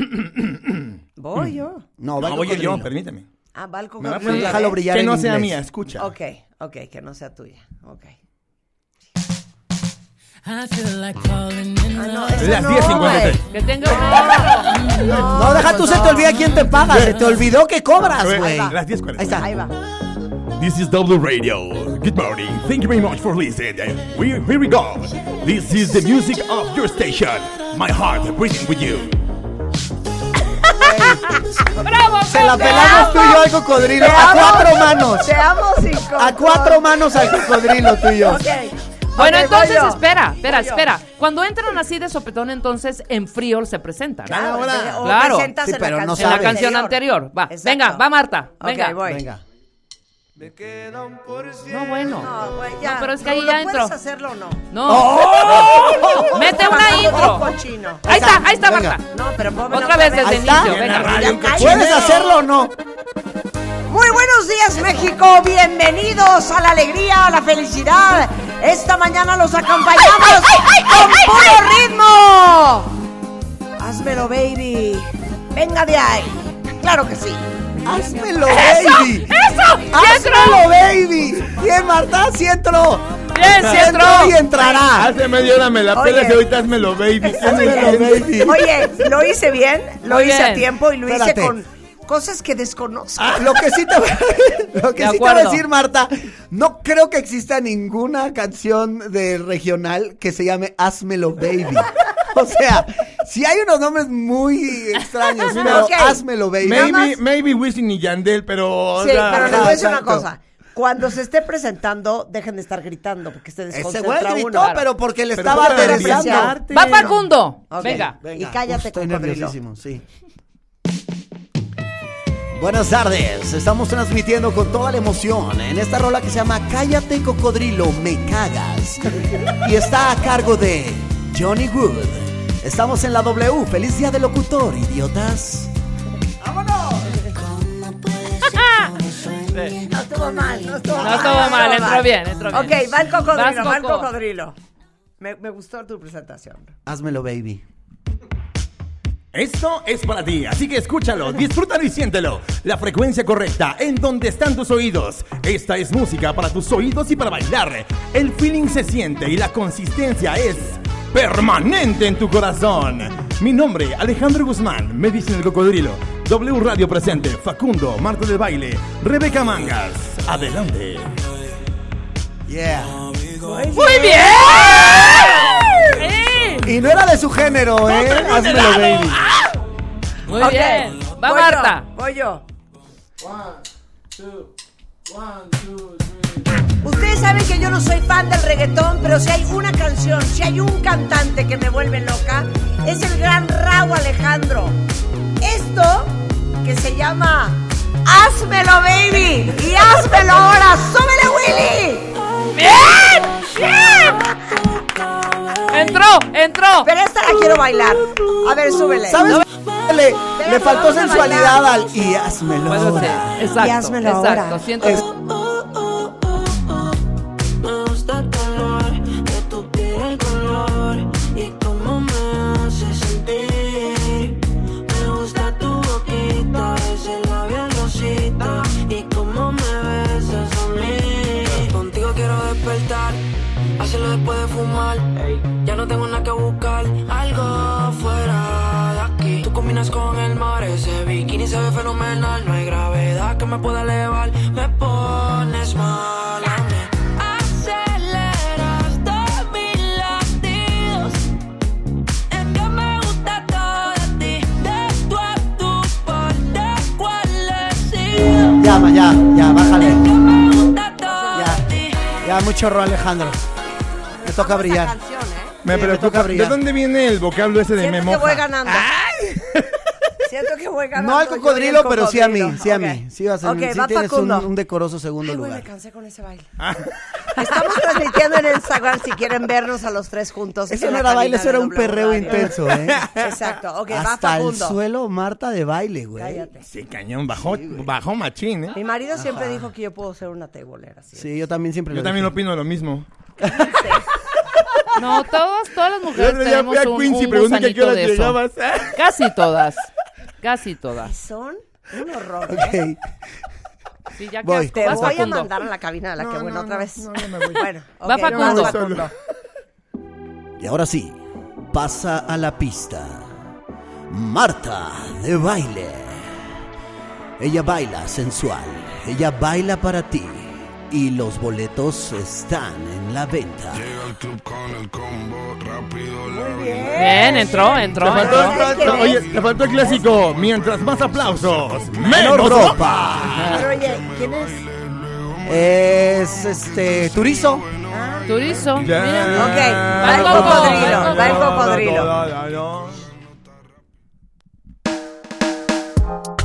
[SPEAKER 1] Voy yo.
[SPEAKER 9] No, va
[SPEAKER 7] No,
[SPEAKER 9] el
[SPEAKER 7] oye, yo,
[SPEAKER 9] cocodrilo.
[SPEAKER 7] permíteme.
[SPEAKER 1] Ah, va el
[SPEAKER 7] Me va a
[SPEAKER 1] cocodrilo.
[SPEAKER 7] poner-
[SPEAKER 9] Déjalo
[SPEAKER 1] ¿eh?
[SPEAKER 9] brillar
[SPEAKER 7] Que
[SPEAKER 9] en
[SPEAKER 7] no sea
[SPEAKER 9] inglés.
[SPEAKER 7] mía, escucha.
[SPEAKER 1] Ok, ok, que no sea tuya. Ok. Ah, no, esa
[SPEAKER 7] Las
[SPEAKER 1] no,
[SPEAKER 7] 10:53.
[SPEAKER 1] güey.
[SPEAKER 4] Que tenga un oro.
[SPEAKER 9] No,
[SPEAKER 7] Ah,
[SPEAKER 9] deja tú, se te olvida quién te paga. Se te olvidó que cobras,
[SPEAKER 7] A ver,
[SPEAKER 9] güey.
[SPEAKER 7] las 10:40.
[SPEAKER 9] Ahí está.
[SPEAKER 1] Ahí va.
[SPEAKER 3] This is W Radio. Good morning. Thank you very much for listening. We, here we go. This is the music of your station. My heart breathing with you.
[SPEAKER 4] ¡Bravo,
[SPEAKER 7] Se la pelamos tú y yo al cocodrilo.
[SPEAKER 1] Te
[SPEAKER 7] A
[SPEAKER 1] amo.
[SPEAKER 7] cuatro manos.
[SPEAKER 1] Te amo sin
[SPEAKER 7] A cuatro manos al cocodrilo tú y yo.
[SPEAKER 4] Bueno,
[SPEAKER 1] Ok,
[SPEAKER 4] entonces
[SPEAKER 1] voy yo.
[SPEAKER 4] espera, espera,
[SPEAKER 1] Voy yo.
[SPEAKER 4] espera. Cuando entran así de sopetón, entonces en frío se presentan.
[SPEAKER 1] Claro, entonces, Ah, o
[SPEAKER 4] claro.
[SPEAKER 1] presentas Sí, en la pero no canción
[SPEAKER 4] en la
[SPEAKER 1] sabes.
[SPEAKER 4] canción anterior. Va,
[SPEAKER 1] Exacto.
[SPEAKER 4] venga, va Marta.
[SPEAKER 1] Ok, voy.
[SPEAKER 4] Venga, No, bueno.
[SPEAKER 1] No, güey, ya.
[SPEAKER 4] No, pero es que ahí
[SPEAKER 1] Rulo,
[SPEAKER 4] ya entró.
[SPEAKER 1] ¿Puedes hacerlo o no?
[SPEAKER 4] No.
[SPEAKER 1] ¡Oh!
[SPEAKER 4] Mete una
[SPEAKER 1] Oh,
[SPEAKER 4] intro.
[SPEAKER 1] cochino.
[SPEAKER 4] Ahí está, ahí está
[SPEAKER 7] Venga.
[SPEAKER 4] Marta.
[SPEAKER 1] No, pero ponme
[SPEAKER 4] Otra vez desde
[SPEAKER 7] Ahí
[SPEAKER 4] el
[SPEAKER 7] está.
[SPEAKER 4] inicio. Venga.
[SPEAKER 7] ¿Puedes hacerlo o no?
[SPEAKER 1] Muy buenos días, México. Bienvenidos a la alegría, a la felicidad. Esta mañana los acompañamos con puro ritmo. Hazmelo, baby. Venga de ahí. Claro que sí.
[SPEAKER 7] Hazmelo, baby.
[SPEAKER 4] ¡Eso! ¡Ya
[SPEAKER 7] Hazmelo,
[SPEAKER 4] entró!
[SPEAKER 7] baby. Bien, Marta, sí entró.
[SPEAKER 4] ¡Bien, sí entró!
[SPEAKER 7] y entrará.
[SPEAKER 3] Hace media hora me la
[SPEAKER 1] Oye.
[SPEAKER 3] pelas y ahorita házmelo, baby.
[SPEAKER 7] Hazmelo, baby.
[SPEAKER 1] Oye, lo hice bien, lo
[SPEAKER 4] Muy
[SPEAKER 1] hice a
[SPEAKER 4] bien.
[SPEAKER 1] tiempo y lo
[SPEAKER 7] Espérate.
[SPEAKER 1] hice con cosas que desconozco.
[SPEAKER 7] Ah, lo que sí te, voy- lo que
[SPEAKER 4] De
[SPEAKER 7] sí te voy a
[SPEAKER 4] acuerdo.
[SPEAKER 7] decir, Marta, no creo que exista ninguna canción de regional que se llame Hazmelo Baby. O sea, si hay unos nombres muy extraños, pero
[SPEAKER 1] Ok.
[SPEAKER 7] Hazmelo Baby.
[SPEAKER 3] Maybe, maybe Wisin y Yandel, pero. o
[SPEAKER 1] Sí,
[SPEAKER 3] sea,
[SPEAKER 1] pero les voy a decir una
[SPEAKER 7] exacto.
[SPEAKER 1] cosa. Cuando se esté presentando, dejen de estar gritando porque se
[SPEAKER 7] Ese
[SPEAKER 1] desconcentra
[SPEAKER 7] güey gritó,
[SPEAKER 1] uno.
[SPEAKER 7] pero porque le
[SPEAKER 3] Pero
[SPEAKER 7] estaba
[SPEAKER 3] fue para
[SPEAKER 7] aderezando.
[SPEAKER 4] Va Facundo.
[SPEAKER 1] Ok.
[SPEAKER 4] Venga.
[SPEAKER 7] Venga.
[SPEAKER 1] Y cállate,
[SPEAKER 7] Uf, Estoy
[SPEAKER 1] cocodrilo.
[SPEAKER 7] nerviosísimo, sí. Buenas tardes, estamos transmitiendo con toda la emoción en esta rola que se llama Cállate Cocodrilo, me cagas. Y está a cargo de Johnny Wood. Estamos en la W, feliz día del locutor, idiotas.
[SPEAKER 1] No estuvo mal, no estuvo mal.
[SPEAKER 4] No estuvo mal, entró bien, entró bien.
[SPEAKER 1] Ok, va el cocodrilo,
[SPEAKER 4] Vas,
[SPEAKER 1] va el
[SPEAKER 4] Coco.
[SPEAKER 1] cocodrilo. Me, me gustó tu presentación.
[SPEAKER 7] Házmelo, baby.
[SPEAKER 3] Esto es para ti, así que escúchalo, disfrútalo y siéntelo. La frecuencia correcta, en donde están tus oídos. Esta es música para tus oídos y para bailar. El feeling se siente y la consistencia es permanente en tu corazón. Mi nombre, Alejandro Guzmán, me dicen el cocodrilo. W Radio presente, Facundo, Marta de Baile, Rebeca Mangas. Adelante.
[SPEAKER 7] Yeah.
[SPEAKER 4] ¡Muy bien! Sí.
[SPEAKER 7] Y no era de su género, ¿eh? Házmelo, baby.
[SPEAKER 4] Muy
[SPEAKER 1] Ok,
[SPEAKER 4] bien. Va
[SPEAKER 1] voy
[SPEAKER 4] Marta.
[SPEAKER 1] yo, voy yo. Ustedes saben que yo no soy fan del reggaetón, pero si hay una canción, si hay un cantante que me vuelve loca, es el gran Raúl Alejandro. Esto que se llama Házmelo Baby y Házmelo ahora, ¡súbele Willy!
[SPEAKER 4] ¡Bien! ¡Bien! Entró, entró.
[SPEAKER 1] Pero esta la quiero bailar. A ver, súbele.
[SPEAKER 7] ¿Sabes? Le, le
[SPEAKER 1] Pero
[SPEAKER 7] faltó
[SPEAKER 1] vamos a
[SPEAKER 7] sensualidad
[SPEAKER 1] bailar.
[SPEAKER 7] al y házmelo.
[SPEAKER 4] Puedo ser.
[SPEAKER 7] ahora.
[SPEAKER 4] Pues, Exacto.
[SPEAKER 1] Ah, Y házmelo
[SPEAKER 4] exacto.
[SPEAKER 1] ahora.
[SPEAKER 4] Siento
[SPEAKER 7] Es- Ya, ma, ya, ya, bájale. Ya, ya, mucho chorro, Alejandro. Me toca brillar.
[SPEAKER 1] canción, ¿eh?
[SPEAKER 3] Me
[SPEAKER 7] Sí, me toca
[SPEAKER 3] preocupa, ¿de
[SPEAKER 7] brillar.
[SPEAKER 3] dónde viene el vocablo ese de
[SPEAKER 1] Siento
[SPEAKER 3] memo?
[SPEAKER 1] que voy ganando. Siento que voy ganando.
[SPEAKER 7] No al
[SPEAKER 1] yo y el
[SPEAKER 7] cocodrilo, pero sí a mí,
[SPEAKER 1] cocodrilo.
[SPEAKER 7] sí a
[SPEAKER 1] Ok.
[SPEAKER 7] mí. Sí vas a
[SPEAKER 1] Ok,
[SPEAKER 7] sí
[SPEAKER 1] va
[SPEAKER 7] tienes un,
[SPEAKER 1] Facundo.
[SPEAKER 7] un decoroso segundo
[SPEAKER 1] Ay, güey,
[SPEAKER 7] lugar. Ah.
[SPEAKER 1] me cansé con ese baile. Estamos transmitiendo en Instagram si quieren vernos a los tres juntos.
[SPEAKER 7] Eso
[SPEAKER 1] en
[SPEAKER 7] no
[SPEAKER 1] la
[SPEAKER 7] era
[SPEAKER 1] cabina
[SPEAKER 7] baile, eso
[SPEAKER 1] de
[SPEAKER 7] era un
[SPEAKER 1] W
[SPEAKER 7] perreo
[SPEAKER 1] Radio.
[SPEAKER 7] intenso, ¿eh?
[SPEAKER 1] Exacto. Ok, va
[SPEAKER 7] Hasta el
[SPEAKER 1] Facundo.
[SPEAKER 7] suelo, Marta de baile, güey.
[SPEAKER 1] Cállate.
[SPEAKER 3] Sí, cañón, bajó, bajó machín, ¿eh?
[SPEAKER 1] Mi marido siempre dijo que yo puedo ser una tebolera. ¿sí?
[SPEAKER 7] Sí, yo también siempre
[SPEAKER 3] Yo
[SPEAKER 7] lo
[SPEAKER 3] también
[SPEAKER 7] dije.
[SPEAKER 3] opino lo mismo.
[SPEAKER 4] No, todas, todas las
[SPEAKER 3] Yo
[SPEAKER 4] mujeres
[SPEAKER 3] ya fui
[SPEAKER 4] tenemos
[SPEAKER 3] a
[SPEAKER 4] un,
[SPEAKER 3] Quincy,
[SPEAKER 4] un
[SPEAKER 3] pregunté que a qué
[SPEAKER 4] gusanito
[SPEAKER 3] hora
[SPEAKER 4] de eso.
[SPEAKER 3] llegabas. Ah,
[SPEAKER 4] Casi todas. Casi todas.
[SPEAKER 1] Son un horror. ¿eh?
[SPEAKER 7] Ok.
[SPEAKER 4] Sí, ya que
[SPEAKER 7] Voy.
[SPEAKER 4] vas
[SPEAKER 1] Te voy a
[SPEAKER 4] Facundo.
[SPEAKER 1] mandar a la cabina de la
[SPEAKER 3] No,
[SPEAKER 1] que buena
[SPEAKER 3] no,
[SPEAKER 1] otra
[SPEAKER 3] no,
[SPEAKER 1] vez.
[SPEAKER 3] no, ya me voy.
[SPEAKER 1] Bueno,
[SPEAKER 4] Va
[SPEAKER 1] ok,
[SPEAKER 4] Facundo.
[SPEAKER 1] vas,
[SPEAKER 3] Solo.
[SPEAKER 7] Y ahora sí, pasa a la pista. Marta de baile. Ella baila sensual. Ella baila para ti. y los boletos están en la venta.
[SPEAKER 4] Bien, entró, entró.
[SPEAKER 3] Te faltó,
[SPEAKER 4] entró.
[SPEAKER 3] te faltó- oye, te faltó el clásico. Mientras más aplausos, menos
[SPEAKER 7] Menos
[SPEAKER 3] ropa.
[SPEAKER 1] Pero oye, ¿quién es?
[SPEAKER 7] Es este Turizo.
[SPEAKER 4] Turizo.
[SPEAKER 1] Ok,
[SPEAKER 4] oh, Mira.
[SPEAKER 1] va el cocodrilo, va el cocodrilo.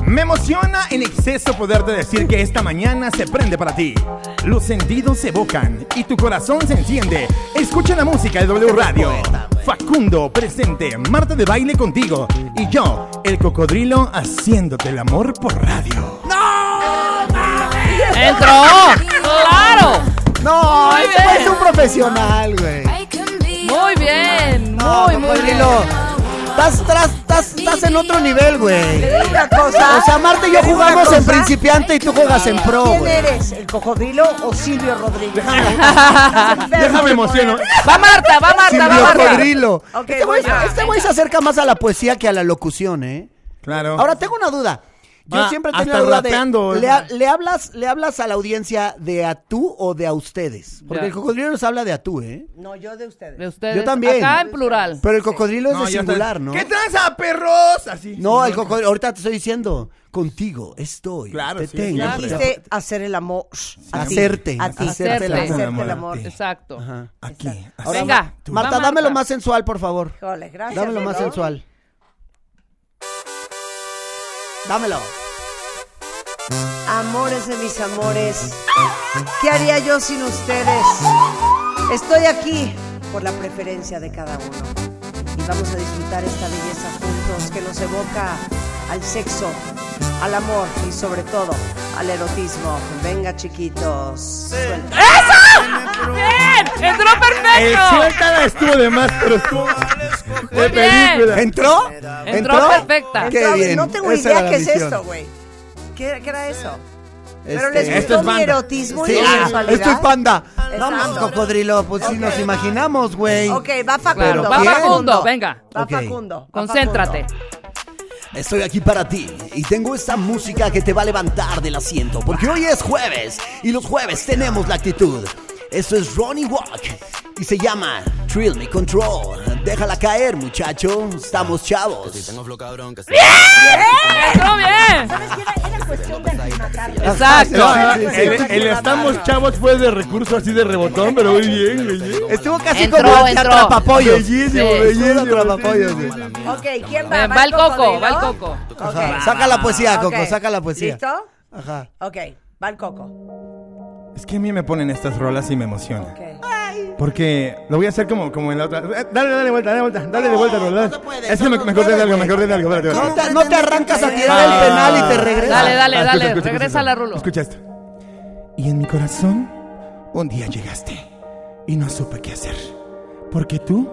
[SPEAKER 3] Me emociona en exceso poderte decir que esta mañana se prende para ti. Los sentidos se evocan y tu corazón se enciende. Escucha la música de W Radio. Facundo presente, Marta de baile contigo y yo, el cocodrilo haciéndote el amor por radio.
[SPEAKER 4] Entró. Claro.
[SPEAKER 7] No,
[SPEAKER 4] Muy
[SPEAKER 7] este
[SPEAKER 4] bien.
[SPEAKER 7] es un profesional, güey.
[SPEAKER 4] Muy bien.
[SPEAKER 1] pues,
[SPEAKER 4] Muy, muy bien.
[SPEAKER 7] Cocodrilo. Estás, estás, estás, estás en otro nivel, güey.
[SPEAKER 1] Te digo una cosa.
[SPEAKER 7] O sea, Marta y yo
[SPEAKER 1] te digo una
[SPEAKER 7] jugamos en
[SPEAKER 1] cosa.
[SPEAKER 7] principiante y tú juegas en pro,
[SPEAKER 1] ¿Quién
[SPEAKER 7] güey.
[SPEAKER 1] eres? ¿El cocodrilo o Silvio Rodríguez?
[SPEAKER 3] Déjame emociono.
[SPEAKER 4] Va Marta, va Marta, va Marta.
[SPEAKER 7] Silvio
[SPEAKER 1] Ok,
[SPEAKER 7] Este güey
[SPEAKER 1] voy yo.
[SPEAKER 7] este güey se acerca más a la poesía que a la locución, ¿eh?
[SPEAKER 3] Claro.
[SPEAKER 7] Ahora tengo una duda. Yo
[SPEAKER 3] Ah,
[SPEAKER 7] siempre tengo
[SPEAKER 3] hasta
[SPEAKER 7] la duda
[SPEAKER 3] rapeando. ¿eh?
[SPEAKER 7] de ¿le, ha- le hablas le hablas a la audiencia de a tú o de a ustedes, porque
[SPEAKER 4] Ya.
[SPEAKER 7] el cocodrilo nos habla de a tú, ¿eh?
[SPEAKER 1] No, yo de ustedes.
[SPEAKER 4] De ustedes.
[SPEAKER 7] Yo también.
[SPEAKER 4] Acá en plural.
[SPEAKER 7] Pero el cocodrilo es
[SPEAKER 3] No,
[SPEAKER 7] de
[SPEAKER 3] ya está.
[SPEAKER 7] singular, ¿no?
[SPEAKER 3] ¿Qué tranza, perros? Así.
[SPEAKER 7] No, el cocodrilo, ahorita te estoy diciendo, contigo estoy.
[SPEAKER 3] Claro,
[SPEAKER 7] te
[SPEAKER 3] sí,
[SPEAKER 7] tengo.
[SPEAKER 3] claro.
[SPEAKER 7] te-
[SPEAKER 1] Dijiste hacer el amor. A ti,
[SPEAKER 7] Hacerte,
[SPEAKER 1] A ti.
[SPEAKER 7] hacerte
[SPEAKER 1] Hacerte
[SPEAKER 4] el amor.
[SPEAKER 1] el amor.
[SPEAKER 4] Exacto.
[SPEAKER 7] Ajá.
[SPEAKER 3] Aquí. así.
[SPEAKER 7] Ahora,
[SPEAKER 4] Venga,
[SPEAKER 7] Ma- Marta,
[SPEAKER 4] va
[SPEAKER 7] dámelo
[SPEAKER 4] Marta.
[SPEAKER 7] más sensual, por favor.
[SPEAKER 1] Híjole, gracias.
[SPEAKER 7] Dámelo más
[SPEAKER 1] ¿no?
[SPEAKER 7] sensual. Dámelo.
[SPEAKER 1] Amores de mis amores, ¿qué haría yo sin ustedes? Estoy aquí por la preferencia de cada uno. Y vamos a disfrutar esta belleza juntos que nos evoca al sexo, al amor y sobre todo al erotismo. Venga, chiquitos. suelta.
[SPEAKER 4] ¡Ah! Bien. Entró
[SPEAKER 3] El
[SPEAKER 4] perfecto.
[SPEAKER 3] suéltala estuvo de más, pero estuvo de
[SPEAKER 4] Muy bien.
[SPEAKER 3] película.
[SPEAKER 7] ¿Entró?
[SPEAKER 4] Entró perfecta.
[SPEAKER 7] Ah, Qué
[SPEAKER 1] Entonces,
[SPEAKER 7] bien.
[SPEAKER 1] No tengo
[SPEAKER 7] Esa era
[SPEAKER 1] idea
[SPEAKER 7] la
[SPEAKER 1] qué es
[SPEAKER 7] visión.
[SPEAKER 1] esto, güey. ¿Qué, qué era eso?
[SPEAKER 7] Este-
[SPEAKER 1] Pero les
[SPEAKER 3] Esto
[SPEAKER 1] gustó
[SPEAKER 3] es
[SPEAKER 1] mi
[SPEAKER 3] banda.
[SPEAKER 1] erotismo y
[SPEAKER 7] Sí,
[SPEAKER 1] mi
[SPEAKER 7] ah,
[SPEAKER 1] sensualidad.
[SPEAKER 7] esto es panda.
[SPEAKER 1] Exacto.
[SPEAKER 7] Vamos, cocodrilo, pues sí nos imaginamos, güey.
[SPEAKER 1] Ok, va Facundo.
[SPEAKER 7] Pero
[SPEAKER 4] Va
[SPEAKER 7] bien.
[SPEAKER 4] Facundo. Venga.
[SPEAKER 1] Va
[SPEAKER 7] Ok.
[SPEAKER 1] Facundo. va
[SPEAKER 4] Concéntrate.
[SPEAKER 1] Facundo.
[SPEAKER 7] Estoy aquí para ti y tengo esta música que te va a levantar del asiento porque hoy es jueves y los jueves tenemos la actitud. Esto es Ronnie Walk y se llama Thrill Me Control. Déjala caer, muchacho. Estamos chavos.
[SPEAKER 4] Entró bien.
[SPEAKER 1] ¿Sabes qué? Era, era cuestión de antimatarlo.
[SPEAKER 4] Exacto.
[SPEAKER 3] No, el, el estamos chavos fue de recurso así de rebotón, pero muy bien, muy bien.
[SPEAKER 7] Estuvo casi
[SPEAKER 4] Entró,
[SPEAKER 7] como el
[SPEAKER 4] entró.
[SPEAKER 7] atrapapollos.
[SPEAKER 3] Bellísimo,
[SPEAKER 4] Sí.
[SPEAKER 7] Estuvo
[SPEAKER 3] bellísimo.
[SPEAKER 7] atrapapollos,
[SPEAKER 3] bellísimo.
[SPEAKER 7] güey.
[SPEAKER 1] Ok, ¿quién va?
[SPEAKER 4] Bien, Eh, Va el coco, va el
[SPEAKER 1] cocodrilo?
[SPEAKER 4] coco.
[SPEAKER 1] Ok.
[SPEAKER 7] Ajá. Saca la poesía, Coco,
[SPEAKER 1] Ok.
[SPEAKER 7] saca la poesía.
[SPEAKER 1] ¿Listo?
[SPEAKER 7] Ajá.
[SPEAKER 1] Ok, va el coco.
[SPEAKER 3] Es que a mí me ponen estas rolas y me emociona.
[SPEAKER 1] Ok.
[SPEAKER 3] Porque lo voy a hacer como, como en la otra. Eh, Dale, dale vuelta, dale vuelta, dale de vuelta, Rolas.
[SPEAKER 7] puede,
[SPEAKER 3] es que
[SPEAKER 7] no,
[SPEAKER 3] me,
[SPEAKER 7] no
[SPEAKER 3] me acordé de
[SPEAKER 7] puede,
[SPEAKER 3] algo, me
[SPEAKER 7] güey.
[SPEAKER 3] acordé de algo. espérate,
[SPEAKER 7] No
[SPEAKER 3] espérate.
[SPEAKER 7] te, no te arrancas a tirar
[SPEAKER 3] Ah.
[SPEAKER 7] el penal y te regresas.
[SPEAKER 4] Dale, dale,
[SPEAKER 3] Ah, escucha,
[SPEAKER 4] dale,
[SPEAKER 3] escucha, escucha,
[SPEAKER 4] regrésala,
[SPEAKER 3] escucha.
[SPEAKER 4] Rulo.
[SPEAKER 3] Escucha esto. Y en mi corazón, un día llegaste y no supe qué hacer. Porque tú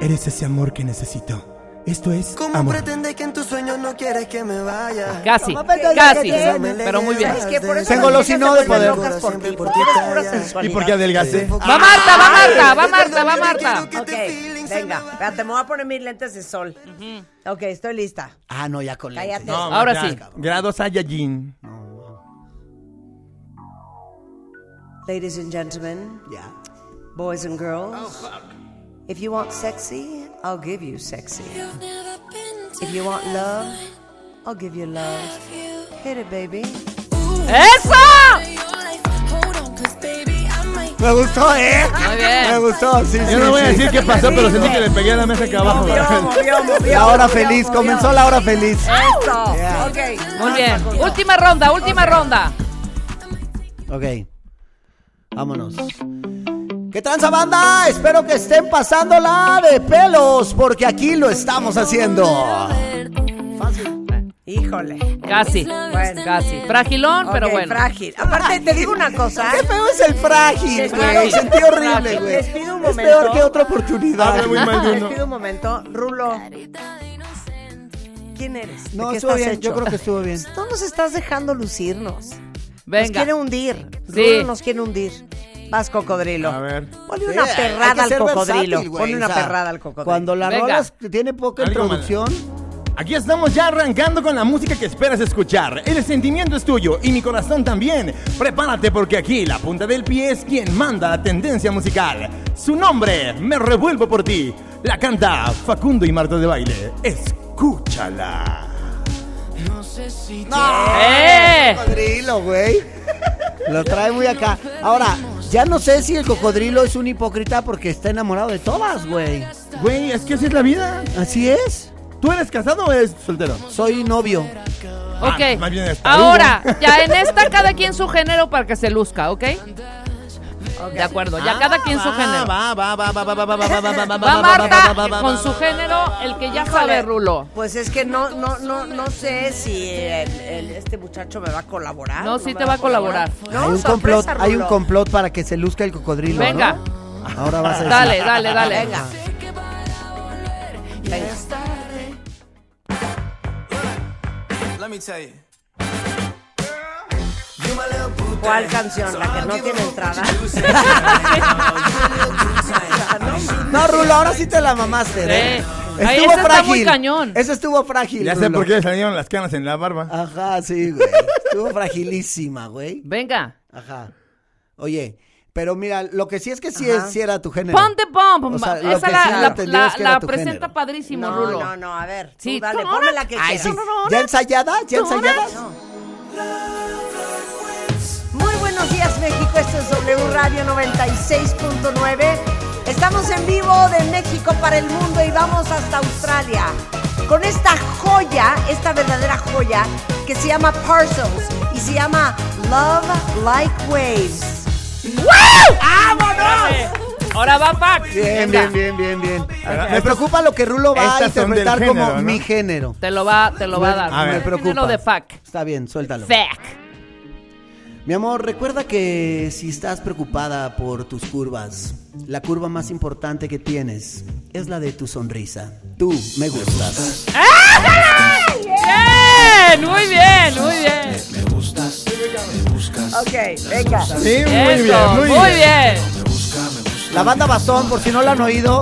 [SPEAKER 3] eres ese amor que necesito. Esto es amor.
[SPEAKER 4] Casi,
[SPEAKER 1] ¿Cómo pretendes
[SPEAKER 4] casi,
[SPEAKER 1] que te-
[SPEAKER 4] pero muy bien.
[SPEAKER 1] ¿Sabes qué? Por eso
[SPEAKER 7] Se
[SPEAKER 1] las
[SPEAKER 7] engolosinó
[SPEAKER 1] mujeres
[SPEAKER 7] de poder.
[SPEAKER 1] se vuelven locas por ti, porque eres pura
[SPEAKER 3] Y
[SPEAKER 1] sensualidad.
[SPEAKER 3] porque adelgacé.
[SPEAKER 4] Va Marta, va Marta, va Marta, va Marta.
[SPEAKER 1] Ok, venga, espérate, me voy a poner mis lentes de sol. Ok, estoy lista.
[SPEAKER 7] Ah, no, ya con la.
[SPEAKER 1] Cállate.
[SPEAKER 4] Ahora sí.
[SPEAKER 3] Grados Saiyajin.
[SPEAKER 1] Ladies and gentlemen,
[SPEAKER 7] Ya.
[SPEAKER 1] boys and girls,
[SPEAKER 4] Oh,
[SPEAKER 1] if you want sexy, I'll give you sexy. If you want love, I'll give you love. Hit it, baby.
[SPEAKER 4] ¡Eso!
[SPEAKER 7] Me gustó, ¿eh?
[SPEAKER 4] Muy bien.
[SPEAKER 7] Me gustó, sí, sí,
[SPEAKER 3] Yo no voy a
[SPEAKER 7] sí.
[SPEAKER 3] decir qué pasó, pero sentí que le pegué a la mesa acá abajo.
[SPEAKER 7] La hora feliz, comenzó la hora feliz.
[SPEAKER 1] Eso.
[SPEAKER 7] Yeah.
[SPEAKER 1] Ok.
[SPEAKER 4] Muy bien. Última ronda, última ronda.
[SPEAKER 7] Ok. Vámonos. ¿Qué tranza banda? Espero que estén pasándola de pelos, porque aquí lo estamos haciendo.
[SPEAKER 1] Híjole.
[SPEAKER 4] Casi,
[SPEAKER 1] Bueno.
[SPEAKER 4] casi. Fragilón, pero
[SPEAKER 1] Ok,
[SPEAKER 4] bueno.
[SPEAKER 1] frágil. Aparte, te digo una cosa. eh.
[SPEAKER 7] Qué feo es el frágil,
[SPEAKER 1] Les
[SPEAKER 7] güey.
[SPEAKER 1] pido-
[SPEAKER 7] Sentí horrible, güey.
[SPEAKER 1] Les pido un
[SPEAKER 7] Es peor
[SPEAKER 1] momento.
[SPEAKER 7] que otra oportunidad.
[SPEAKER 3] Habla muy mal de
[SPEAKER 1] Les
[SPEAKER 3] uno.
[SPEAKER 1] pido un momento. Rulo. ¿Quién eres? ¿De
[SPEAKER 7] No,
[SPEAKER 1] qué
[SPEAKER 7] estuvo
[SPEAKER 1] estás
[SPEAKER 7] bien,
[SPEAKER 1] hecho?
[SPEAKER 7] yo creo que estuvo bien.
[SPEAKER 1] No nos estás dejando lucirnos. Nos
[SPEAKER 4] Venga.
[SPEAKER 1] quiere hundir.
[SPEAKER 4] Sí.
[SPEAKER 1] Rulo nos quiere hundir. Vas, cocodrilo.
[SPEAKER 3] A ver.
[SPEAKER 1] Ponle
[SPEAKER 7] Sí,
[SPEAKER 1] una
[SPEAKER 7] hay- hay que
[SPEAKER 1] perrada al
[SPEAKER 7] ser
[SPEAKER 1] cocodrilo.
[SPEAKER 7] versátil, güey,
[SPEAKER 1] Ponle una
[SPEAKER 7] o sea,
[SPEAKER 1] perrada al cocodrilo.
[SPEAKER 7] Cuando la
[SPEAKER 4] Venga.
[SPEAKER 7] rola tiene poca
[SPEAKER 3] Algo
[SPEAKER 7] introducción,
[SPEAKER 3] Aquí estamos ya arrancando con la música que esperas escuchar. El sentimiento es tuyo y mi corazón también. Prepárate porque aquí la punta del pie es quien manda la tendencia musical. Su nombre, Me Revuelvo por ti. La canta Facundo y Marta de Baile. Escúchala.
[SPEAKER 12] No sé si
[SPEAKER 7] ¡Eh! Cocodrilo, güey. Lo trae muy acá. Ahora, ya no sé si el cocodrilo es un hipócrita porque está enamorado de todas, güey.
[SPEAKER 3] Güey, es que así es la vida.
[SPEAKER 7] Así es.
[SPEAKER 3] ¿Tú eres casado o eres soltero?
[SPEAKER 7] Soy novio.
[SPEAKER 4] Ok.
[SPEAKER 3] Ah, más bien es tarugo.
[SPEAKER 4] Ahora, ya en esta cada quien su género para que se luzca, ¿ok? De acuerdo, Pues ya
[SPEAKER 3] Ah,
[SPEAKER 4] cada quien su
[SPEAKER 3] va,
[SPEAKER 4] género.
[SPEAKER 3] Va, va, va, va, va, va, va, va, va, va, va, va,
[SPEAKER 4] Va
[SPEAKER 3] va, va, va,
[SPEAKER 4] Marta
[SPEAKER 3] va,
[SPEAKER 4] con
[SPEAKER 3] va,
[SPEAKER 4] su
[SPEAKER 3] va.
[SPEAKER 4] género, el que ya sabe, Rulo.
[SPEAKER 1] Pues es que no, no, no, no sé si el- el- este muchacho me va a colaborar.
[SPEAKER 4] No, sí
[SPEAKER 1] me
[SPEAKER 4] te va a colaborar.
[SPEAKER 1] No,
[SPEAKER 7] hay un
[SPEAKER 1] sorpresa,
[SPEAKER 7] complot, hay un
[SPEAKER 1] Rulo.
[SPEAKER 7] complot para que se luzca el cocodrilo. ¿no?
[SPEAKER 4] Venga.
[SPEAKER 7] Ahora vas a decir.
[SPEAKER 4] Dale, dale, dale.
[SPEAKER 1] Venga. Venga.
[SPEAKER 12] Let me tell you.
[SPEAKER 1] ¿Cuál canción? ¿La que no tiene entrada?
[SPEAKER 7] No, Rulo, ahora sí te la mamaste. ¿eh?
[SPEAKER 4] Sí. Ay, esa está muy cañón.
[SPEAKER 7] Ese estuvo frágil.
[SPEAKER 3] Ya sé
[SPEAKER 7] Rulo.
[SPEAKER 3] por qué le salieron las canas en la barba.
[SPEAKER 7] Ajá, sí, güey. Estuvo fragilísima, güey.
[SPEAKER 4] Venga.
[SPEAKER 7] Ajá. Oye, pero mira, lo que sí es que sí,
[SPEAKER 1] Ajá.
[SPEAKER 7] es, sí era tu género.
[SPEAKER 4] Pon the Bomb.
[SPEAKER 7] O sea, lo
[SPEAKER 4] Esa
[SPEAKER 7] que sí
[SPEAKER 4] la, la-
[SPEAKER 7] entendí
[SPEAKER 4] la-
[SPEAKER 7] es que
[SPEAKER 4] la
[SPEAKER 7] era tu
[SPEAKER 4] presenta
[SPEAKER 7] género.
[SPEAKER 4] padrísimo,
[SPEAKER 1] No,
[SPEAKER 4] Rulo.
[SPEAKER 1] no, no, a ver.
[SPEAKER 4] Sí,
[SPEAKER 1] Sí, dale,
[SPEAKER 4] ¿cómo no?
[SPEAKER 1] ponme la que
[SPEAKER 7] Ay, sí.
[SPEAKER 1] quieras.
[SPEAKER 7] ¿Ya ensayadas? ¿Ya ensayadas?
[SPEAKER 1] Muy buenos días, México. Esto es W Radio 96.9. Estamos en vivo de México para el mundo y vamos hasta Australia con esta joya, esta verdadera joya que se llama Parcels y se llama Love Like Waves.
[SPEAKER 4] Ahora va Pac.
[SPEAKER 7] Bien,
[SPEAKER 4] Venga.
[SPEAKER 7] bien, bien, bien, bien.
[SPEAKER 3] Ahora,
[SPEAKER 7] Me
[SPEAKER 3] estas-
[SPEAKER 7] preocupa lo que Rulo va a
[SPEAKER 3] estas son del
[SPEAKER 7] interpretar
[SPEAKER 3] género,
[SPEAKER 7] como
[SPEAKER 3] ¿no?
[SPEAKER 7] mi género.
[SPEAKER 4] Te lo va, te lo va a dar.
[SPEAKER 3] A ver.
[SPEAKER 7] Me
[SPEAKER 4] Tiene Lo
[SPEAKER 7] preocupa.
[SPEAKER 4] de Pac.
[SPEAKER 7] Está bien, suéltalo.
[SPEAKER 4] Fac.
[SPEAKER 7] Mi amor, recuerda que si estás preocupada por tus curvas, la curva más importante que tienes es la de tu sonrisa. Tú me gustas.
[SPEAKER 4] Bien, muy bien, muy bien.
[SPEAKER 1] Ok, venga.
[SPEAKER 3] Sí, muy bien,
[SPEAKER 4] Eso,
[SPEAKER 3] muy
[SPEAKER 4] muy
[SPEAKER 3] bien.
[SPEAKER 4] bien.
[SPEAKER 7] La banda Bastón, por si no la han oído,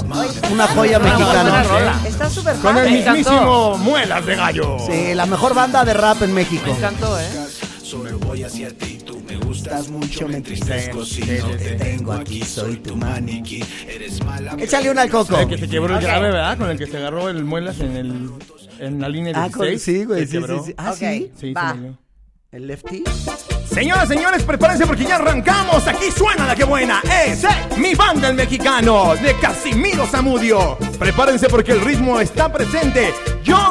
[SPEAKER 7] una joya
[SPEAKER 4] Una buena
[SPEAKER 7] mexicana.
[SPEAKER 4] rola.
[SPEAKER 1] Está súper
[SPEAKER 3] Con el
[SPEAKER 4] Me
[SPEAKER 1] padre.
[SPEAKER 4] encantó.
[SPEAKER 3] mismísimo Muelas de Gallo.
[SPEAKER 7] Sí, la mejor banda de rap en México.
[SPEAKER 4] Me encantó, ¿eh?
[SPEAKER 7] Estás mucho, me entristezco si no te tengo aquí, soy tu maniquí. Échale una al coco.
[SPEAKER 3] El que se quebró el grave, ¿verdad? Con el que se agarró el Muelas en el en la línea
[SPEAKER 7] Ah,
[SPEAKER 3] 16.
[SPEAKER 7] con- sí, güey,
[SPEAKER 3] Se
[SPEAKER 7] sí, sí,
[SPEAKER 3] quebró.
[SPEAKER 7] sí. Ah,
[SPEAKER 1] Ok.
[SPEAKER 7] sí.
[SPEAKER 3] Sí, se
[SPEAKER 1] Va.
[SPEAKER 3] murió.
[SPEAKER 7] El lefty.
[SPEAKER 3] Señoras, señores, prepárense porque ya arrancamos. Aquí suena la que buena. Es eh, mi banda el mexicano de Casimiro Zamudio. Prepárense porque el ritmo está presente. Yo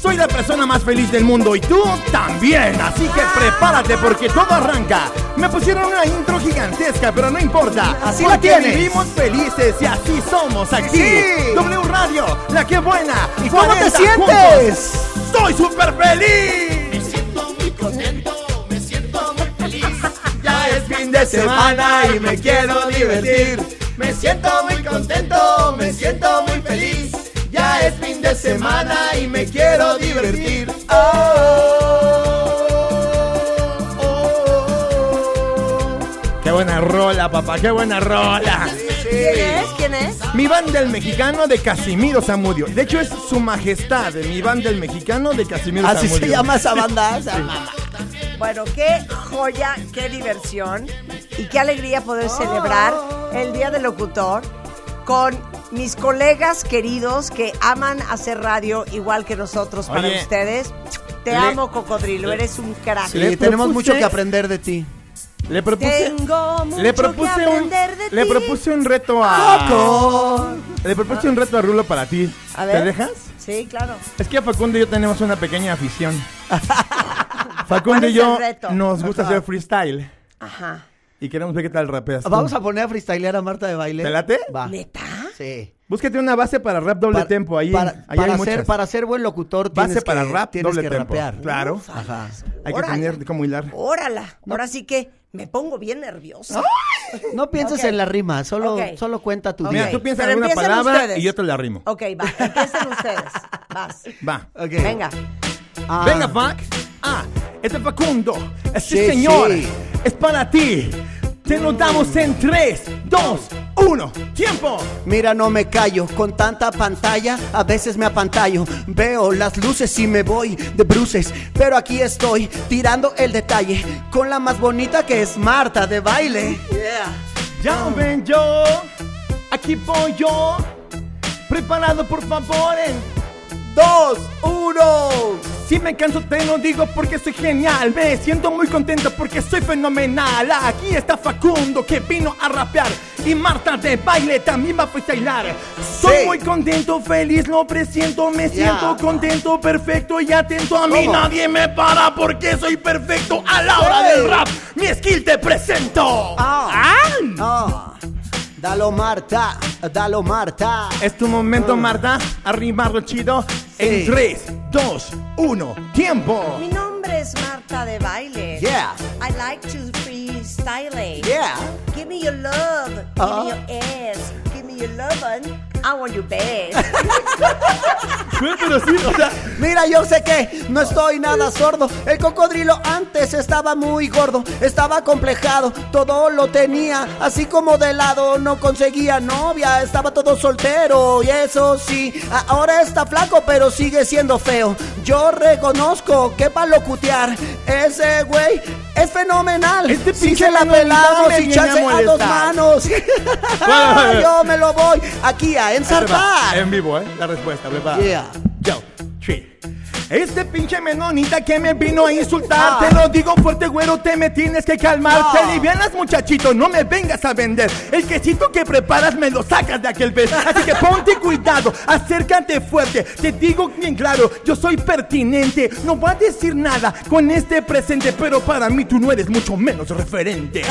[SPEAKER 3] soy la persona más feliz del mundo y tú también. Así que prepárate porque todo arranca. Me pusieron una intro gigantesca, pero no importa.
[SPEAKER 7] Así la
[SPEAKER 3] porque
[SPEAKER 7] tienes.
[SPEAKER 3] Vivimos felices y así somos aquí.
[SPEAKER 7] Sí.
[SPEAKER 3] W Radio, la que buena.
[SPEAKER 7] ¿Y cómo te
[SPEAKER 3] 40 juntos.
[SPEAKER 7] sientes?
[SPEAKER 3] ¡Soy súper feliz! Ya es fin de semana y me quiero divertir. Me siento muy contento, me siento muy feliz. Ya es fin de semana y me quiero divertir. Oh, oh, Qué buena rola, papá, qué buena rola.
[SPEAKER 1] ¿Quién es? ¿Quién es?
[SPEAKER 3] Mi banda el mexicano de Casimiro Zamudio. De hecho es su majestad, mi banda el mexicano de Casimiro
[SPEAKER 7] Así
[SPEAKER 3] Zamudio.
[SPEAKER 7] se llama esa banda. esa mamá.
[SPEAKER 1] Bueno, qué joya, qué diversión y qué alegría poder celebrar el Día del Locutor con mis colegas queridos que aman hacer radio igual que nosotros para
[SPEAKER 3] Oye.
[SPEAKER 1] ustedes. Te
[SPEAKER 3] Le-
[SPEAKER 1] amo, Cocodrilo, eres un crack.
[SPEAKER 7] Sí,
[SPEAKER 3] Le
[SPEAKER 7] tenemos
[SPEAKER 3] propuse-
[SPEAKER 7] mucho que aprender de ti.
[SPEAKER 3] Le propuse
[SPEAKER 1] Tengo mucho
[SPEAKER 3] Le propuse
[SPEAKER 1] que
[SPEAKER 3] un
[SPEAKER 1] aprender de
[SPEAKER 3] le
[SPEAKER 1] ti.
[SPEAKER 3] propuse un reto a
[SPEAKER 7] Coco.
[SPEAKER 3] Le propuse un reto a Rulo para ti.
[SPEAKER 1] A ver.
[SPEAKER 3] ¿Te dejas?
[SPEAKER 1] Sí, claro.
[SPEAKER 3] Es que a Facundo y yo tenemos una pequeña afición. Facundo
[SPEAKER 1] ¿Cuál
[SPEAKER 3] y
[SPEAKER 1] es
[SPEAKER 3] yo
[SPEAKER 1] el reto?
[SPEAKER 3] nos gusta hacer freestyle
[SPEAKER 1] Ajá.
[SPEAKER 3] y queremos ver qué tal rapeas. tú.
[SPEAKER 7] Vamos a poner a freestylear a Marta de baile.
[SPEAKER 3] ¿Te late?
[SPEAKER 7] Va.
[SPEAKER 1] ¿Neta?
[SPEAKER 7] Sí.
[SPEAKER 3] Búscate una base para rap doble
[SPEAKER 7] Para-
[SPEAKER 3] tempo ahí.
[SPEAKER 7] Para,
[SPEAKER 3] ahí
[SPEAKER 7] para
[SPEAKER 3] hay
[SPEAKER 7] ser,
[SPEAKER 3] muchas.
[SPEAKER 7] para ser buen locutor
[SPEAKER 3] Base
[SPEAKER 7] tienes
[SPEAKER 3] para
[SPEAKER 7] que,
[SPEAKER 3] rap,
[SPEAKER 7] tienes
[SPEAKER 3] doble
[SPEAKER 7] que
[SPEAKER 3] tempo.
[SPEAKER 7] rapear.
[SPEAKER 3] Claro.
[SPEAKER 7] Ajá.
[SPEAKER 3] Hay que
[SPEAKER 1] Órale.
[SPEAKER 3] tener cómo hilar.
[SPEAKER 1] Órala. Ahora sí que me pongo bien nerviosa.
[SPEAKER 7] No pienses
[SPEAKER 1] Ok.
[SPEAKER 7] en la rima, solo,
[SPEAKER 1] Ok.
[SPEAKER 7] solo cuenta tu
[SPEAKER 1] Ok.
[SPEAKER 7] día.
[SPEAKER 3] Mira, tú piensas
[SPEAKER 1] Pero
[SPEAKER 3] en una
[SPEAKER 1] empiecen
[SPEAKER 3] palabra
[SPEAKER 1] ustedes.
[SPEAKER 3] y yo te la
[SPEAKER 7] Oh.
[SPEAKER 3] rimo.
[SPEAKER 1] Ok, va. Empiecen ustedes. Vas.
[SPEAKER 3] Va.
[SPEAKER 7] Ok.
[SPEAKER 1] Venga.
[SPEAKER 7] Ah,
[SPEAKER 3] Venga, Fac. Ah, este es Facundo. Sí,
[SPEAKER 7] Sí,
[SPEAKER 3] señor.
[SPEAKER 7] sí.
[SPEAKER 3] Es para ti. Te lo damos en 3, 2,
[SPEAKER 7] uno. ¡Tiempo! Mira, no me callo. Con tanta pantalla, a veces me apantallo. Veo las luces y me voy de bruces. Pero aquí estoy, tirando el detalle. Con la más bonita que es Marta de baile.
[SPEAKER 3] Ya ven yo, aquí voy yo. Preparado, por favor, en dos, uno. Si me canso te lo digo porque soy genial. Me siento muy contento porque soy fenomenal. Aquí está Facundo que vino a rapear y Marta de baile también va a freestylar. Soy muy contento, feliz, lo presiento, me siento contento, perfecto y atento a mí.
[SPEAKER 6] ¿Cómo?
[SPEAKER 3] Nadie me para porque soy perfecto a la hora
[SPEAKER 7] Sí.
[SPEAKER 3] del rap. Mi skill te presento.
[SPEAKER 7] Ah. Dalo, Marta. Dalo, Marta.
[SPEAKER 3] Es tu momento, Marta. Arrimarlo chido. En
[SPEAKER 7] Ah. Sí.
[SPEAKER 3] 3, 2, 1, tiempo.
[SPEAKER 1] Mi nombre es Marta de Baile.
[SPEAKER 3] Yeah.
[SPEAKER 1] I like to freestyle.
[SPEAKER 7] Yeah.
[SPEAKER 1] Give me your love. Give
[SPEAKER 7] Ah.
[SPEAKER 3] Oh.
[SPEAKER 1] me your ass. Give me your lovin'. I want your best.
[SPEAKER 7] Mira, yo sé que no estoy nada sordo. El cocodrilo antes estaba muy gordo, estaba complejado, todo lo tenía, así como de lado, no conseguía novia, estaba todo soltero. Y eso sí, ahora está flaco, pero sigue siendo feo. Yo reconozco que para locutear, ese güey es fenomenal.
[SPEAKER 3] Este
[SPEAKER 7] si
[SPEAKER 3] pinche
[SPEAKER 7] se la
[SPEAKER 3] menonita
[SPEAKER 7] pelamos
[SPEAKER 3] me
[SPEAKER 7] y
[SPEAKER 3] viene
[SPEAKER 7] chance
[SPEAKER 3] a
[SPEAKER 7] a dos
[SPEAKER 3] molestar.
[SPEAKER 7] manos. yo me lo voy aquí a ensartar.
[SPEAKER 3] En vivo, ¿eh? La respuesta, preparada.
[SPEAKER 7] Yeah.
[SPEAKER 3] Yo, sí. Este pinche menonita que me vino a insultar, te lo digo fuerte, güero, te me tienes que calmar.
[SPEAKER 6] Ah.
[SPEAKER 3] Te livianas, muchachito, no me vengas a vender. El quesito que preparas me lo sacas de aquel vez. Así que ponte cuidado, acércate fuerte. Te digo bien claro, yo soy pertinente. No voy a decir nada con este presente, pero para mí tú no eres mucho menos referente.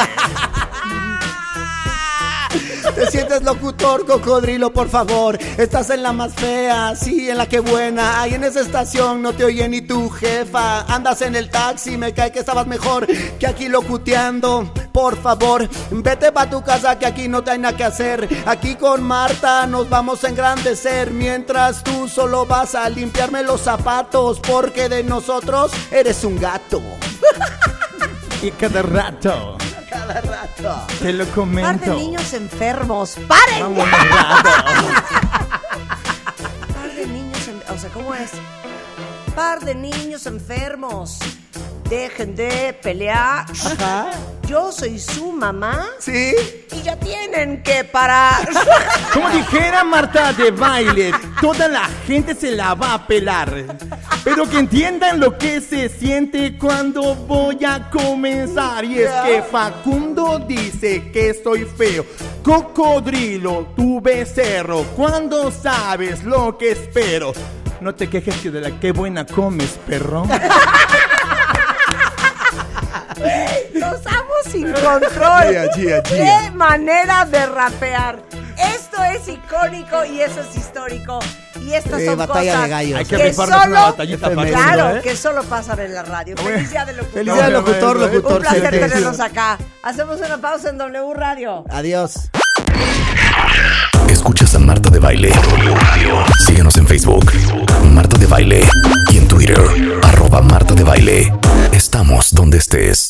[SPEAKER 7] Te sientes locutor, cocodrilo, por favor. Estás en la más fea, sí, en la que buena. Ahí en esa estación no te oye ni tu jefa. Andas en el taxi, me cae que estabas mejor que aquí locuteando. Por favor, vete pa' tu casa que aquí no te hay nada que hacer. Aquí con Marta nos vamos a engrandecer. Mientras tú solo vas a limpiarme los zapatos, porque de nosotros eres un gato.
[SPEAKER 3] y cada rato
[SPEAKER 7] Cada rato.
[SPEAKER 3] te lo
[SPEAKER 1] Par de
[SPEAKER 3] comento.
[SPEAKER 1] niños enfermos. ¡Paren!
[SPEAKER 3] Vamos, rato.
[SPEAKER 1] Par de niños en- O sea, ¿cómo es? Par de niños enfermos. Dejen de pelear. Yo soy su mamá.
[SPEAKER 7] Sí.
[SPEAKER 1] Y ya tienen que parar.
[SPEAKER 3] Como dijera Marta de baile, toda la gente se la va a pelar. Pero que entiendan lo que se siente cuando voy a comenzar. Y es que Facundo dice que soy feo. Cocodrilo, tu becerro, cuando sabes lo que espero. No te quejes que de la que buena comes, perro.
[SPEAKER 1] Los amo sin control.
[SPEAKER 3] Yeah, yeah, yeah.
[SPEAKER 1] ¡Qué manera de rapear! Esto es icónico y eso es histórico. Y estas
[SPEAKER 7] Eh,
[SPEAKER 1] son
[SPEAKER 7] batalla
[SPEAKER 1] cosas
[SPEAKER 7] de gallos. Hay que
[SPEAKER 3] rifarnos una batallita para
[SPEAKER 1] claro,
[SPEAKER 3] eso, ¿eh?
[SPEAKER 1] que solo pasan en la radio. Feliz día del locutor.
[SPEAKER 7] Feliz día del locutor, locutor.
[SPEAKER 1] Un placer
[SPEAKER 7] sentencia.
[SPEAKER 1] tenerlos acá. Hacemos una pausa en W Radio.
[SPEAKER 7] Adiós.
[SPEAKER 13] Escuchas a Marta de Baile. Síguenos en Facebook, Marta de Baile. Y en Twitter, arroba Marta de Baile. Estamos donde estés.